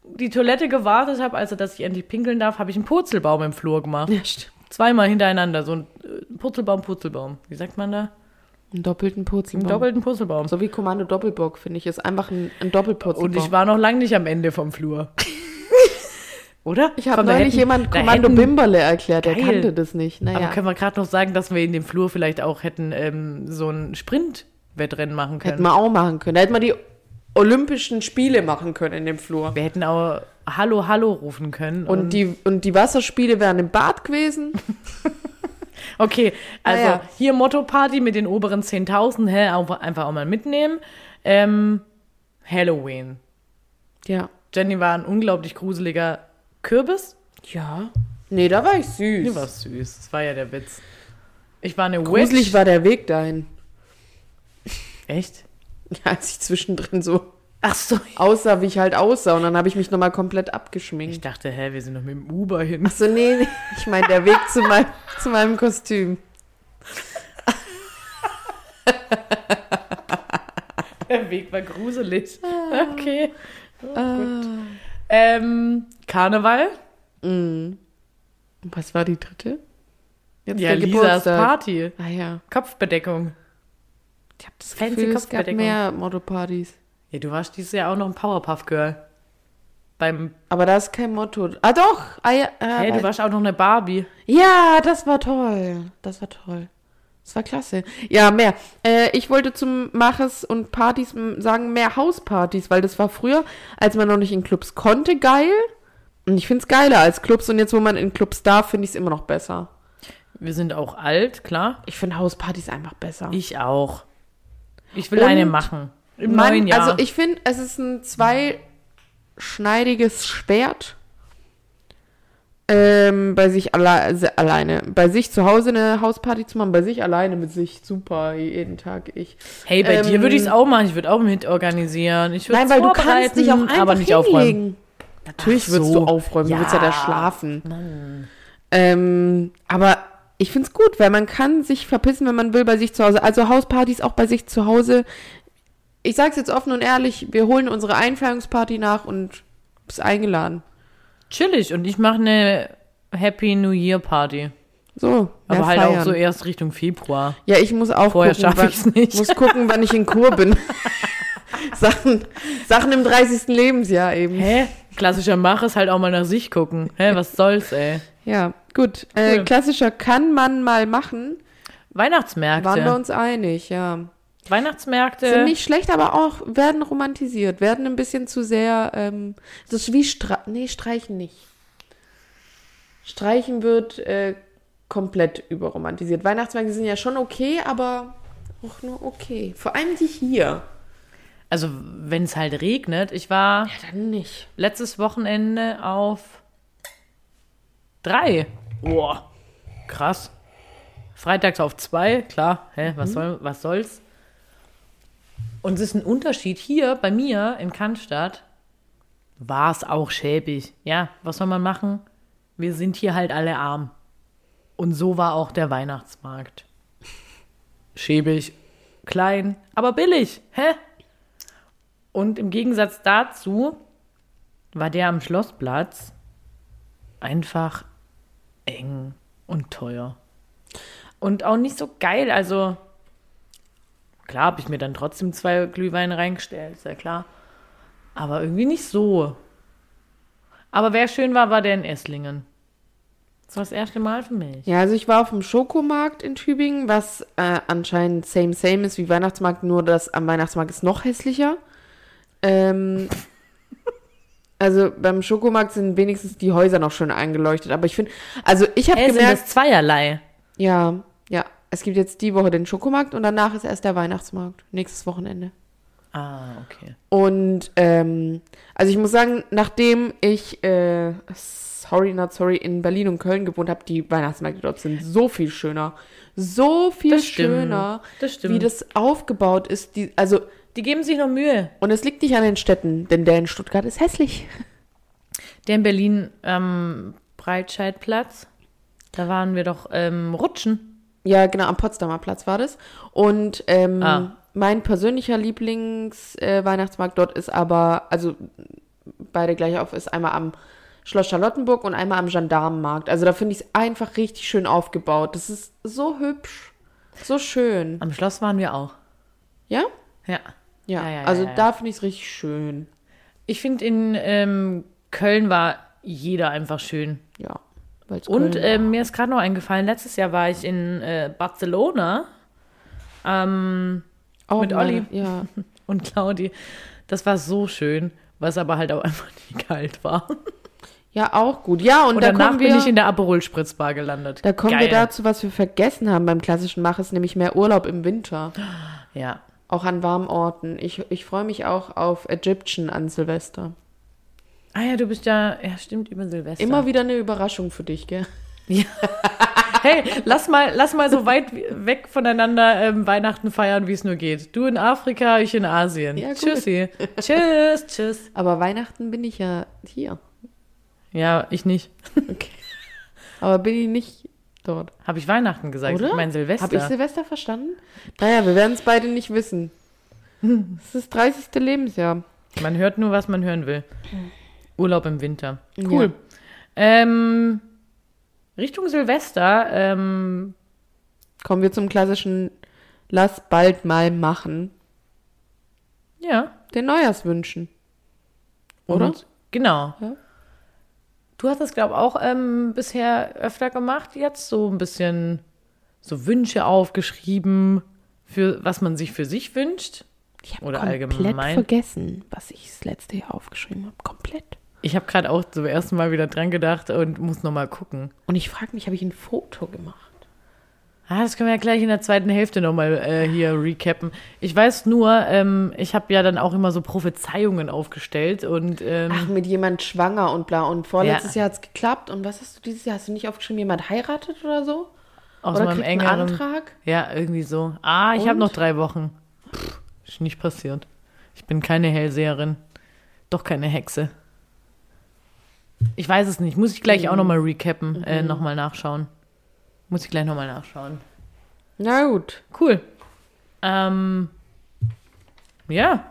B: die Toilette gewartet habe, also dass ich endlich pinkeln darf, habe ich einen Purzelbaum im Flur gemacht.
A: Ja, stimmt.
B: Zweimal hintereinander, so ein äh, Purzelbaum, Purzelbaum. Wie sagt man da?
A: Einen doppelten
B: Einen
A: Purzelbaum.
B: doppelten Purzelbaum.
A: so wie Kommando Doppelbock, finde ich. Ist einfach ein, ein Doppelpurzelbaum.
B: Und ich war noch lange nicht am Ende vom Flur. (laughs) Oder?
A: ich habe
B: Komm, da
A: neulich
B: hätten-
A: jemand
B: da
A: Kommando
B: hätten-
A: Bimberle erklärt, der
B: Geil.
A: kannte das nicht.
B: Aber
A: Naja,
B: können wir gerade noch sagen, dass wir in dem Flur vielleicht auch hätten ähm, so ein Sprintwettrennen machen können?
A: hätten wir auch machen können. Da hätten wir die Olympischen Spiele machen können in dem Flur.
B: Wir hätten auch Hallo, Hallo rufen können.
A: Und die, und die Wasserspiele wären im Bad gewesen.
B: okay, also
A: Ah ja.
B: hier Motto-Party mit den oberen 10.000, hä, auch- einfach auch mal mitnehmen. Ähm, Halloween.
A: Ja.
B: Jenny war ein unglaublich gruseliger Kürbis.
A: Ja. Nee, da war ich süß.
B: Die war süß, das war ja der Witz. Ich war eine
A: Gruselig
B: Witch.
A: war der Weg dahin. (laughs)
B: Echt?
A: Ja, als ich zwischendrin so
B: Ach so.
A: aussah, wie ich halt aussah. Und dann habe ich mich nochmal komplett
B: Ich
A: abgeschminkt.
B: dachte, hä, wir sind noch mit dem Uber (laughs) hin.
A: Achso, nee, nee. ich meine der Weg zu, mein, zu meinem Kostüm.
B: Der Weg war gruselig.
A: oh
B: Okay.
A: Ah.
B: Ähm, Karneval?
A: Mm. Und was war die dritte? Jetzt
B: Ja, Lisas Party.
A: Ah ja,
B: Kopfbedeckung.
A: ich habe das
B: Fancy
A: Gefühl, es gab
B: Kopfbedeckung.
A: mehr Motto-Partys.
B: Ja, du warst dieses Jahr auch noch ein Powerpuff-Girl. Beim
A: Aber da ist kein Motto. Ah doch! Ah, ja, ah,
B: Hey,
A: weiß-
B: du warst auch noch eine Barbie.
A: Ja, das war toll. Das war toll. Das war klasse. Ja, mehr. Äh, ich wollte zum Maches und Partys m, sagen, mehr Hauspartys, weil das war früher, als man noch nicht in Clubs konnte, geil. Und ich find's geiler als Clubs. Und jetzt, wo man in Clubs darf, finde ich's immer noch besser.
B: Wir sind auch alt, klar.
A: Ich finde Hauspartys einfach besser.
B: Ich auch. Ich will
A: Und
B: eine machen. Im
A: Man-
B: neuen Jahr.
A: Also ich finde, es ist ein zweischneidiges Schwert. Ähm, bei sich alle also alleine. Bei sich zu Hause eine Hausparty zu machen, bei sich alleine mit sich. Super, jeden Tag ich.
B: hey, bei dir
A: ähm,
B: würde ich es auch machen. Ich würde auch mit organisieren. Ich würde
A: Nein, weil du kannst dich auch einfach
B: aber nicht aufräumen.
A: hinlegen. Natürlich
B: Ach
A: würdest
B: so.
A: du aufräumen, du willst ja da
B: Ja.
A: schlafen. Ähm, aber ich find's gut, weil man kann sich verpissen, wenn man will, bei sich zu Hause. Also Hauspartys auch bei sich zu Hause. Ich sag's jetzt offen und ehrlich, wir holen unsere Einweihungsparty nach und bist eingeladen.
B: Chillig. Und ich mache eine Happy New Year Party.
A: So, mehr
B: Aber halt
A: feiern.
B: auch so erst Richtung Februar.
A: Ja, ich muss auch
B: Vorher
A: gucken,
B: schaff
A: wann,
B: ich's nicht.
A: muss gucken, wann ich in Kur
B: (laughs)
A: bin. Sachen, Sachen im 30. Lebensjahr eben.
B: Hä? Klassischer Mach ist halt auch mal nach sich gucken. Hä, was soll's, ey?
A: Ja, gut. Äh,
B: Cool.
A: klassischer kann man mal machen.
B: Weihnachtsmärkte.
A: Waren wir uns einig, ja.
B: Weihnachtsmärkte.
A: Sind nicht schlecht, aber auch werden romantisiert, werden ein bisschen zu sehr, ähm, das ist wie Stra nee, streichen nicht. Streichen wird äh, komplett überromantisiert. Weihnachtsmärkte sind ja schon okay, aber auch nur okay. Vor allem die hier.
B: Also, wenn es halt regnet. Ich war
A: Ja, dann nicht.
B: letztes Wochenende auf drei. Boah, krass. Freitags auf zwei, klar. Hä, was, soll, was soll's? Und es ist ein Unterschied. Hier bei mir in Cannstatt war es auch schäbig. Ja, was soll man machen? Wir sind hier halt alle arm. Und so war auch der Weihnachtsmarkt. Schäbig, klein, aber billig. Hä? Und im Gegensatz dazu war der am Schlossplatz einfach eng und teuer. Und auch nicht so geil. Also, klar habe ich mir dann trotzdem zwei Glühweine reingestellt, ist ja klar. Aber irgendwie nicht so. Aber wer schön war, war der in Esslingen. Das war das erste Mal für mich.
A: Ja, also ich war auf dem Schokomarkt in Tübingen, was äh, anscheinend same same ist wie Weihnachtsmarkt, nur das am Weihnachtsmarkt ist noch hässlicher.
B: (laughs)
A: Ähm, also beim Schokomarkt sind wenigstens die Häuser noch schön eingeleuchtet, aber ich finde, also ich habe
B: Hä, sind
A: gemerkt,
B: das zweierlei?
A: ja, ja, es gibt jetzt die Woche den Schokomarkt und danach ist erst der Weihnachtsmarkt, nächstes Wochenende.
B: Ah, okay.
A: Und ähm, also ich muss sagen, nachdem ich äh, sorry not sorry in Berlin und Köln gewohnt habe, die Weihnachtsmärkte dort sind so viel schöner, so viel
B: Das stimmt.
A: schöner,
B: Das stimmt.
A: wie das aufgebaut ist. Die, also
B: Die geben sich noch Mühe.
A: und es liegt nicht an den Städten, denn der in Stuttgart ist hässlich.
B: Der in Berlin am Breitscheidplatz. Da waren wir doch ähm, rutschen.
A: Ja, genau, am Potsdamer Platz war das. Und ähm,
B: Ah.
A: mein persönlicher Lieblings-Weihnachtsmarkt äh, Weihnachtsmarkt dort ist aber, also beide gleich auf, ist einmal am Schloss Charlottenburg und einmal am Gendarmenmarkt. Also da finde ich es einfach richtig schön aufgebaut. Das ist so hübsch, so schön.
B: Am Schloss waren wir auch.
A: Ja?
B: Ja.
A: Ja,
B: Ja, ja, ja,
A: also
B: ja.
A: da finde ich es richtig schön.
B: Ich finde, in ähm, Köln war jeder einfach schön.
A: Ja. Weil's
B: Und
A: Köln-
B: ähm, mir ist gerade noch eingefallen, letztes Jahr war ich in äh, Barcelona ähm,
A: Oh,
B: mit Olli.
A: meine- Ja.
B: und Claudi. Das war so schön, was aber halt auch (laughs) einfach nicht kalt war. Und,
A: ja, auch gut. Ja, und, da
B: danach
A: kommen wir...
B: bin ich in der Aperol-Spritzbar gelandet.
A: da kommen
B: Geil.
A: wir dazu, was wir vergessen haben beim klassischen Mach, ist nämlich mehr Urlaub im Winter.
B: Ja.
A: Auch an warmen Orten. Ich, ich freue mich auch auf Egyptian an Silvester.
B: Ah ja, du bist ja, ja stimmt, über Silvester.
A: Immer wieder eine Überraschung für dich, gell?
B: Hey, lass mal, lass mal so weit wie- weg voneinander ähm, Weihnachten feiern, wie es nur geht. Du in Afrika, ich in Asien.
A: Ja, gut.
B: Tschüssi. tschüss, tschüss.
A: Aber Weihnachten bin ich ja hier.
B: Ja, ich nicht.
A: Okay. Aber bin ich nicht dort,
B: Habe ich Weihnachten gesagt?
A: oder?
B: Ich mein Silvester.
A: Habe ich Silvester verstanden? Naja, wir werden es beide nicht
B: (laughs)
A: wissen. Es ist 30. Lebensjahr.
B: man hört nur, was man hören will. Urlaub im Winter.
A: Ja.
B: Cool. Ähm, Richtung Silvester, ähm,
A: Kommen wir zum klassischen Lass bald mal machen.
B: ja.
A: Den Neujahrswünschen. Oder?
B: Und, genau.
A: Ja.
B: Du hast das, glaube ich, auch ähm, bisher öfter gemacht, jetzt so ein bisschen so Wünsche aufgeschrieben, für was man sich für sich wünscht.
A: Ich
B: Oder
A: komplett
B: allgemein.
A: vergessen, was ich das letzte Jahr aufgeschrieben habe. Komplett.
B: Ich habe gerade auch zum ersten Mal wieder dran gedacht und muss nochmal gucken.
A: Und ich frage mich, habe ich ein Foto gemacht?
B: Ah, das können wir ja gleich in der zweiten Hälfte nochmal äh, hier recappen. Ich weiß nur, ähm, ich habe ja dann auch immer so Prophezeiungen aufgestellt und ähm,
A: Ach, mit jemand schwanger und bla. Und vorletztes Jahr hat es geklappt. Und was hast du dieses Jahr? Hast du nicht aufgeschrieben, jemand heiratet oder so?
B: aus
A: oder
B: meinem
A: kriegt einen
B: engeren.
A: Antrag?
B: Ja, irgendwie so. Ah, ich habe
A: Und?
B: noch drei Wochen. Pff, ist nicht passiert. Ich bin keine Hellseherin. Doch keine Hexe. Ich weiß es nicht. Muss ich gleich auch nochmal recappen, äh, nochmal nachschauen. Muss ich gleich nochmal nachschauen.
A: Na gut.
B: Cool. Ähm, ja,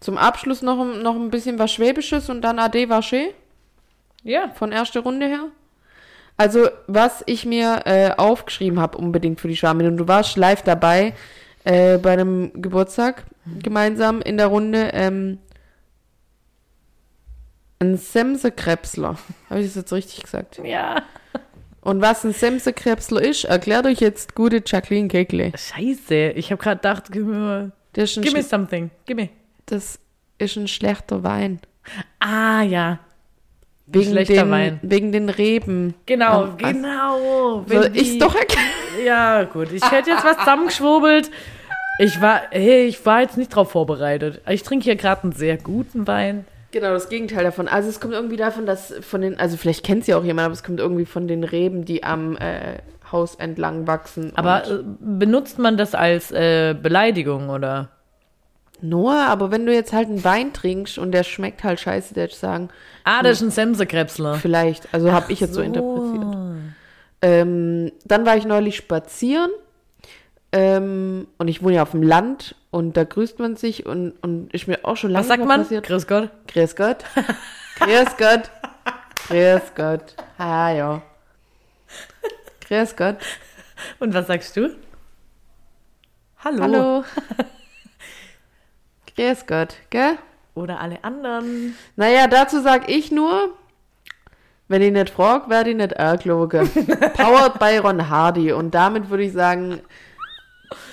A: Zum Abschluss noch, ein- noch ein bisschen was Schwäbisches und dann Ade Vaché
B: ja.
A: von erster Runde her. Also, was ich mir äh, aufgeschrieben habe unbedingt für die Charmin, und du warst live dabei äh, bei einem Geburtstag
B: Mhm.
A: gemeinsam in der Runde, ähm, ein Semsekrebsler. Habe ich das jetzt richtig gesagt?
B: Ja.
A: Und was ein Semsekrebsler ist, erklärt euch jetzt gute Jacqueline Kekle.
B: Scheiße. Ich habe gerade gedacht, gib mir,
A: Das ist, ein
B: gib mir
A: schl-
B: something. Gib mir.
A: das ist ein schlechter Wein.
B: Ah, ja.
A: Wegen
B: schlechter
A: den,
B: Wein.
A: Wegen den Reben.
B: Genau,
A: Am Ast-
B: genau.
A: Soll
B: Wenn
A: ich
B: die-
A: doch erklären?
B: Ja, gut. Ich hätte jetzt was zusammengeschwurbelt. Ich war, hey, ich war jetzt nicht drauf vorbereitet. Ich trinke hier gerade einen sehr guten Wein.
A: Genau, das Gegenteil davon. Also es kommt irgendwie davon, dass von den, also vielleicht kennt sie ja auch jemand, aber es kommt irgendwie von den Reben, die am äh, Haus entlang wachsen.
B: Aber
A: und
B: äh, benutzt man das als äh, Beleidigung oder?
A: Noah, aber wenn du jetzt halt einen Wein trinkst und der schmeckt halt scheiße, der sagen,
B: Ah, das ist ein Semsekrebsler.
A: vielleicht, also habe ich jetzt so, interpretiert. Ähm, dann war ich neulich spazieren ähm, und ich wohne ja auf dem Land und da grüßt man sich und, und ist mir auch schon lange
B: Was sagt
A: nicht mehr
B: man?
A: passiert.
B: Grüß Gott.
A: Grüß Gott. Grüß Gott. Grüß Gott. Ah ja. Grüß Gott.
B: Und was sagst du? Hallo.
A: Hallo. Grüß Gott, gell?
B: Oder alle anderen.
A: Naja, dazu sag ich nur, wenn ich nicht frag, werde ich nicht erkloge. Powered by Ron Hardy. Und damit würde ich sagen,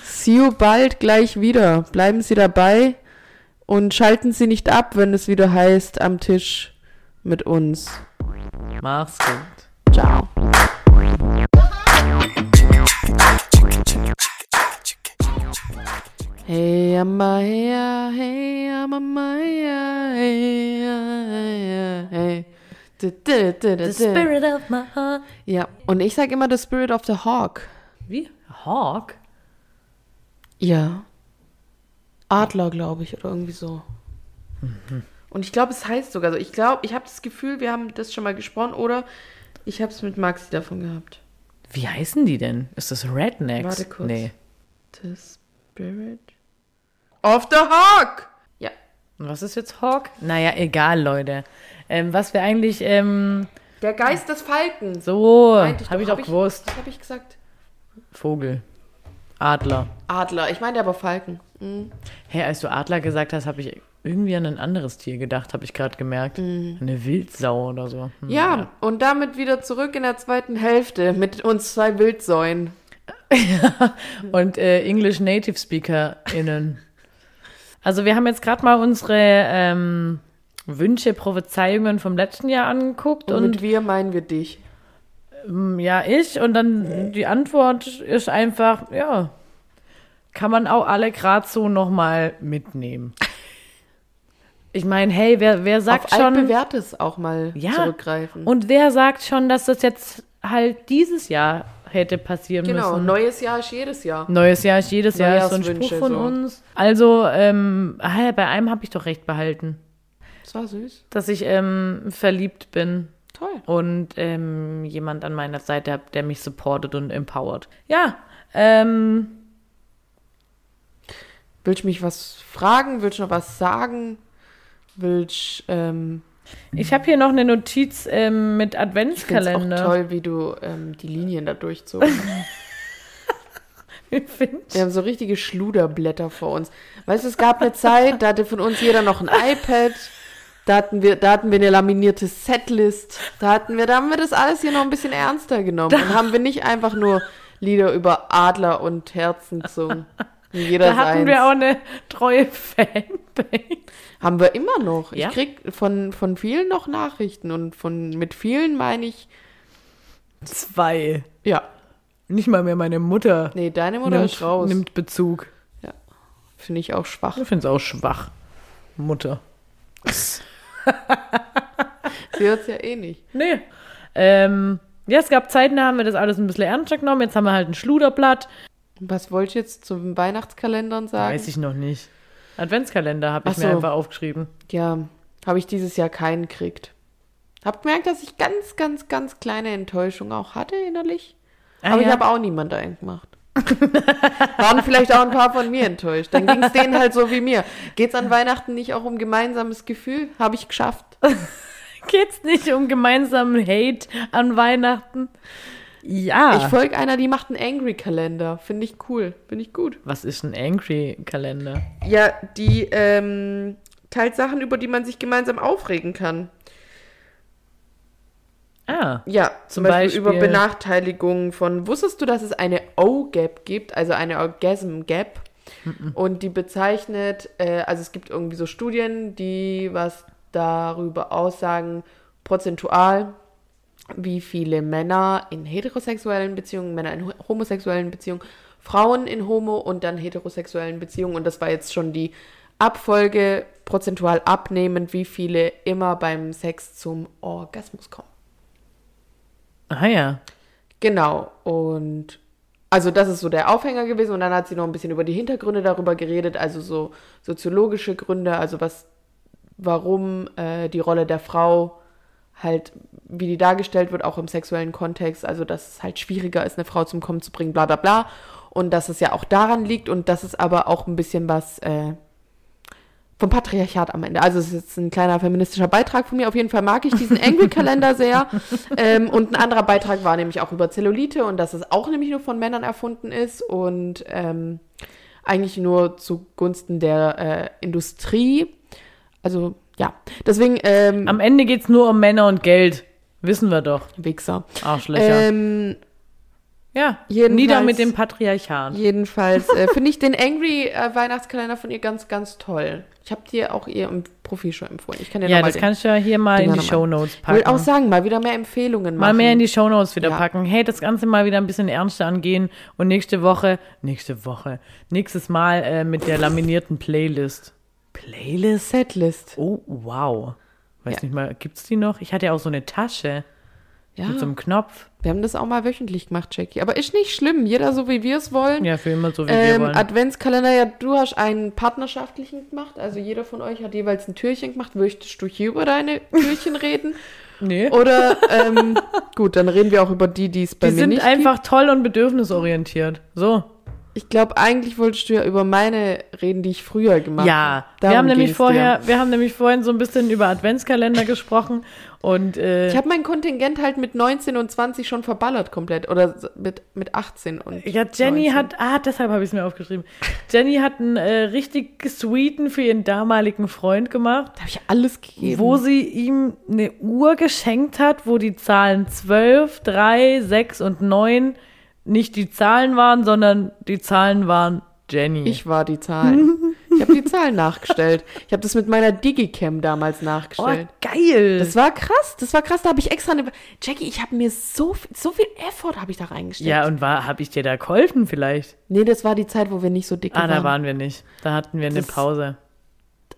A: see you bald gleich wieder. Bleiben Sie dabei und schalten Sie nicht ab, wenn es wieder heißt, am Tisch mit uns.
B: Mach's gut.
A: Ciao. Hey, I'm a hey, hey, I'm a Maya, hey, hey, hey. Du, du, du, du,
B: The
A: du.
B: spirit of my heart.
A: Ja, und ich sag immer The Spirit of the Hawk.
B: Wie? Hawk?
A: Ja. Adler, glaube ich, oder irgendwie so. Mhm. Und ich glaube, es heißt sogar so. Ich glaube, ich habe das Gefühl, wir haben das schon mal gesprochen oder ich habe es mit Maxi davon gehabt.
B: Wie heißen die denn? Ist das Rednecks?
A: Warte kurz.
B: Nee.
A: The Spirit of the Hawk! Ja.
B: Und was ist jetzt Hawk? Naja, egal, Leute. Ähm, was wir eigentlich, ähm,
A: Der Geist des Falkens.
B: so,
A: Meinte
B: habe ich doch gewusst.
A: Was habe ich gesagt?
B: Vogel. Adler.
A: Adler. Ich meinte aber Falken. Mhm.
B: Hey, als du Adler gesagt hast, habe ich irgendwie an ein anderes Tier gedacht, habe ich gerade gemerkt. Eine Wildsau oder so. Hm.
A: Ja, und damit wieder zurück in der zweiten Hälfte mit uns zwei Wildsäuen.
B: Und äh, English Native SpeakerInnen. Also wir haben jetzt gerade mal unsere ähm, Wünsche, Prophezeiungen vom letzten Jahr angeguckt
A: Und,
B: und
A: mit wir meinen wir dich.
B: Ja, ich. Und dann die Antwort ist einfach, ja, kann man auch alle gerade so nochmal
A: (laughs)
B: mitnehmen. Ich meine, hey, wer, wer
A: Auf
B: sagt schon.
A: altbewährtes auch mal
B: Ja.
A: zurückgreifen.
B: Und wer sagt schon, dass das jetzt halt dieses Jahr hätte passieren
A: genau,
B: müssen?
A: neues Jahr ist jedes Jahr.
B: Neues Jahr ist jedes Jahr ist so ein
A: Neujahrswünsche,
B: Spruch von
A: so.
B: uns. Also, ähm, ah, bei einem habe ich doch recht behalten,
A: Das war süß.
B: dass ich ähm, verliebt bin
A: Toll.
B: und ähm, jemand an meiner Seite habe, der mich supportet und empowert. Ja, ähm,
A: Willst du mich was fragen? Willst du noch was sagen? Willst ähm,
B: Ich habe hier noch eine Notiz ähm, mit
A: find's auch
B: Adventskalender.
A: toll, wie du ähm, die Linien da durchzogst.
B: (laughs) Ich find's-
A: Wir haben so richtige Schluderblätter vor uns. Weißt du, es gab eine Zeit, da hatte von uns jeder noch ein iPad. Da hatten wir, da hatten wir eine laminierte Setlist. Da hatten wir, da haben wir das alles hier noch ein bisschen ernster genommen. und haben wir nicht einfach nur Lieder über Adler und Herzen gesungen. Jeder
B: Da hatten
A: seins.
B: wir auch eine treue Fanbase.
A: Haben wir immer noch.
B: Ja.
A: Ich krieg von, von vielen noch Nachrichten und von, mit vielen meine ich,
B: Zwei.
A: ja,
B: Nicht mal mehr meine Mutter
A: nee, deine Mutter ist raus.
B: nimmt Bezug.
A: Finde ich auch schwach.
B: Ich finde es auch schwach. Mutter.
A: Sie hört es ja eh nicht.
B: Nee. Ähm, ja, es gab Zeiten, da haben wir das alles ein bisschen ernster genommen. Jetzt haben wir halt ein Schluderblatt.
A: Was wollte ich jetzt zum Weihnachtskalendern sagen?
B: Weiß ich noch nicht. Adventskalender habe ich
A: Ach
B: mir
A: so.
B: einfach aufgeschrieben.
A: Ja, habe ich dieses Jahr keinen gekriegt. Hab gemerkt, dass ich ganz, ganz, ganz kleine Enttäuschung auch hatte innerlich.
B: Ah,
A: aber ich
B: ja.
A: habe auch niemanden eingemacht. (laughs) Waren vielleicht auch ein paar von mir enttäuscht. Dann ging es denen halt so wie mir. Geht's an Weihnachten nicht auch um gemeinsames Gefühl? Habe ich geschafft.
B: Geht's nicht um gemeinsamen Hate an Weihnachten? Ja.
A: Ich folge einer, die macht einen Angry-Kalender. Finde ich cool. Finde ich gut.
B: Was ist ein Angry-Kalender?
A: Ja, die ähm, teilt Sachen, über die man sich gemeinsam aufregen kann.
B: Ah.
A: Ja,
B: Zum
A: zum Beispiel, über
B: Beispiel-
A: Benachteiligungen von. Wusstest du, dass es eine O-Gap gibt, also eine Orgasm-Gap? Und die bezeichnet, äh, also es gibt irgendwie so Studien, die was darüber aussagen, prozentual, wie viele Männer in heterosexuellen Beziehungen, Männer in ho- homosexuellen Beziehungen, Frauen in homo und dann heterosexuellen Beziehungen. Und das war jetzt schon die Abfolge prozentual abnehmend, wie viele immer beim Sex zum Orgasmus kommen.
B: Ah ja.
A: Genau. Und also das ist so der Aufhänger gewesen. Und dann hat sie noch ein bisschen über die Hintergründe darüber geredet, also so soziologische Gründe, also was, warum äh, die Rolle der Frau halt, wie die dargestellt wird, auch im sexuellen Kontext, also dass es halt schwieriger ist, eine Frau zum Kommen zu bringen, bla bla bla. Und dass es ja auch daran liegt und dass es aber auch ein bisschen was äh, vom Patriarchat am Ende. Also es ist jetzt ein kleiner feministischer Beitrag von mir. Auf jeden Fall mag ich diesen Engel-Kalender sehr. Ähm, und ein anderer Beitrag war nämlich auch über Zellulite und dass es auch nämlich nur von Männern erfunden ist und ähm, eigentlich nur zugunsten der äh, Industrie. Also ja, deswegen ähm,
B: Am Ende geht's nur um Männer und Geld. Wissen wir doch.
A: Wichser.
B: Arschlöcher.
A: Ähm,
B: ja.
A: jedenfalls-
B: Nieder mit dem Patriarchat.
A: jedenfalls äh, finde ich den Angry äh, Weihnachtskalender von ihr ganz, ganz toll. Ich habe dir auch ihr im Profil schon empfohlen. Ich kann dir
B: Ja,
A: nochmal
B: das kannst du ja hier mal
A: den
B: in die
A: noch mal.
B: Shownotes
A: Ich will auch
B: packen.
A: sagen, mal wieder mehr Empfehlungen machen.
B: Mal mehr in die Shownotes wieder
A: Ja.
B: packen. Hey, das Ganze mal wieder ein bisschen ernster angehen und nächste Woche, nächste Woche, nächstes Mal äh, mit der laminierten Playlist. Playlist?
A: Setlist.
B: Oh, wow. Weiß
A: Ja.
B: nicht mal, gibt's die noch? Ich hatte ja auch so eine Tasche
A: Ja,
B: mit so einem Knopf.
A: wir haben das auch mal wöchentlich gemacht, Jackie. Aber ist nicht schlimm. Jeder so, wie wir es wollen.
B: Ja, für immer so wie wir
A: ähm,
B: wollen.
A: Adventskalender, ja, du hast einen partnerschaftlichen gemacht. Also jeder von euch hat jeweils ein Türchen gemacht. Möchtest du hier über deine Türchen reden?
B: Nee.
A: Oder,
B: (laughs)
A: ähm, gut, dann reden wir auch über die, die es bei
B: Die
A: mir
B: sind
A: nicht
B: einfach toll und bedürfnisorientiert. So.
A: Ich glaube, eigentlich wolltest du ja über meine reden, die ich früher gemacht
B: Ja,
A: habe. Darum
B: wir haben nämlich
A: ging's
B: vorher,
A: dir.
B: wir haben nämlich vorhin so ein bisschen über Adventskalender gesprochen und äh,
A: Ich habe mein Kontingent halt mit 19 und 20 schon verballert komplett. Oder so mit, mit 18 und.
B: ja, Jenny
A: 19.
B: hat, ah, deshalb habe ich es mir aufgeschrieben. Jenny hat einen äh, richtig sweeten für ihren damaligen Freund gemacht,
A: Da habe ich alles gegeben.
B: wo sie ihm eine Uhr geschenkt hat, wo die Zahlen 12, 3, 6 und 9 nicht die Zahlen waren, sondern die Zahlen waren Jenny.
A: ich war die Zahlen. ich habe
B: (laughs)
A: die Zahlen nachgestellt. Ich habe das mit meiner Digicam damals
B: oh,
A: nachgestellt.
B: geil.
A: Das war krass, das war krass. Da habe ich extra eine. Jackie, ich habe mir so viel, so viel Effort habe ich da reingesteckt.
B: ja, und war, habe ich dir da geholfen vielleicht?
A: Nee, das war die Zeit, wo wir nicht so dick
B: Ah, da
A: waren.
B: waren wir nicht. Da hatten wir eine
A: Das-
B: Pause.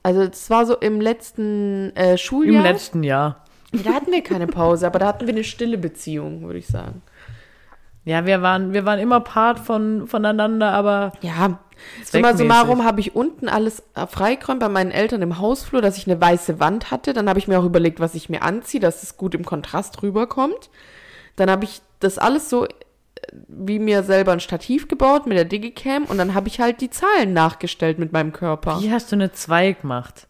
A: Also, das war so im letzten äh,
B: Im
A: Schuljahr.
B: letzten Jahr.
A: Nee, Da hatten wir keine Pause, aber da hatten wir eine stille Beziehung, würde ich sagen.
B: Ja, wir waren, wir waren immer Part von, voneinander, aber
A: Ja. Summa
B: Zweckmäßig.
A: summarum habe ich unten alles äh, freigeräumt bei meinen Eltern im Hausflur, dass ich eine weiße Wand hatte. Dann habe ich mir auch überlegt, was ich mir anziehe, dass es gut im Kontrast rüberkommt. Dann habe ich das alles so äh, wie mir selber ein Stativ gebaut mit der Digicam und dann habe ich halt die Zahlen nachgestellt mit meinem Körper.
B: hier hast du eine 2 gemacht.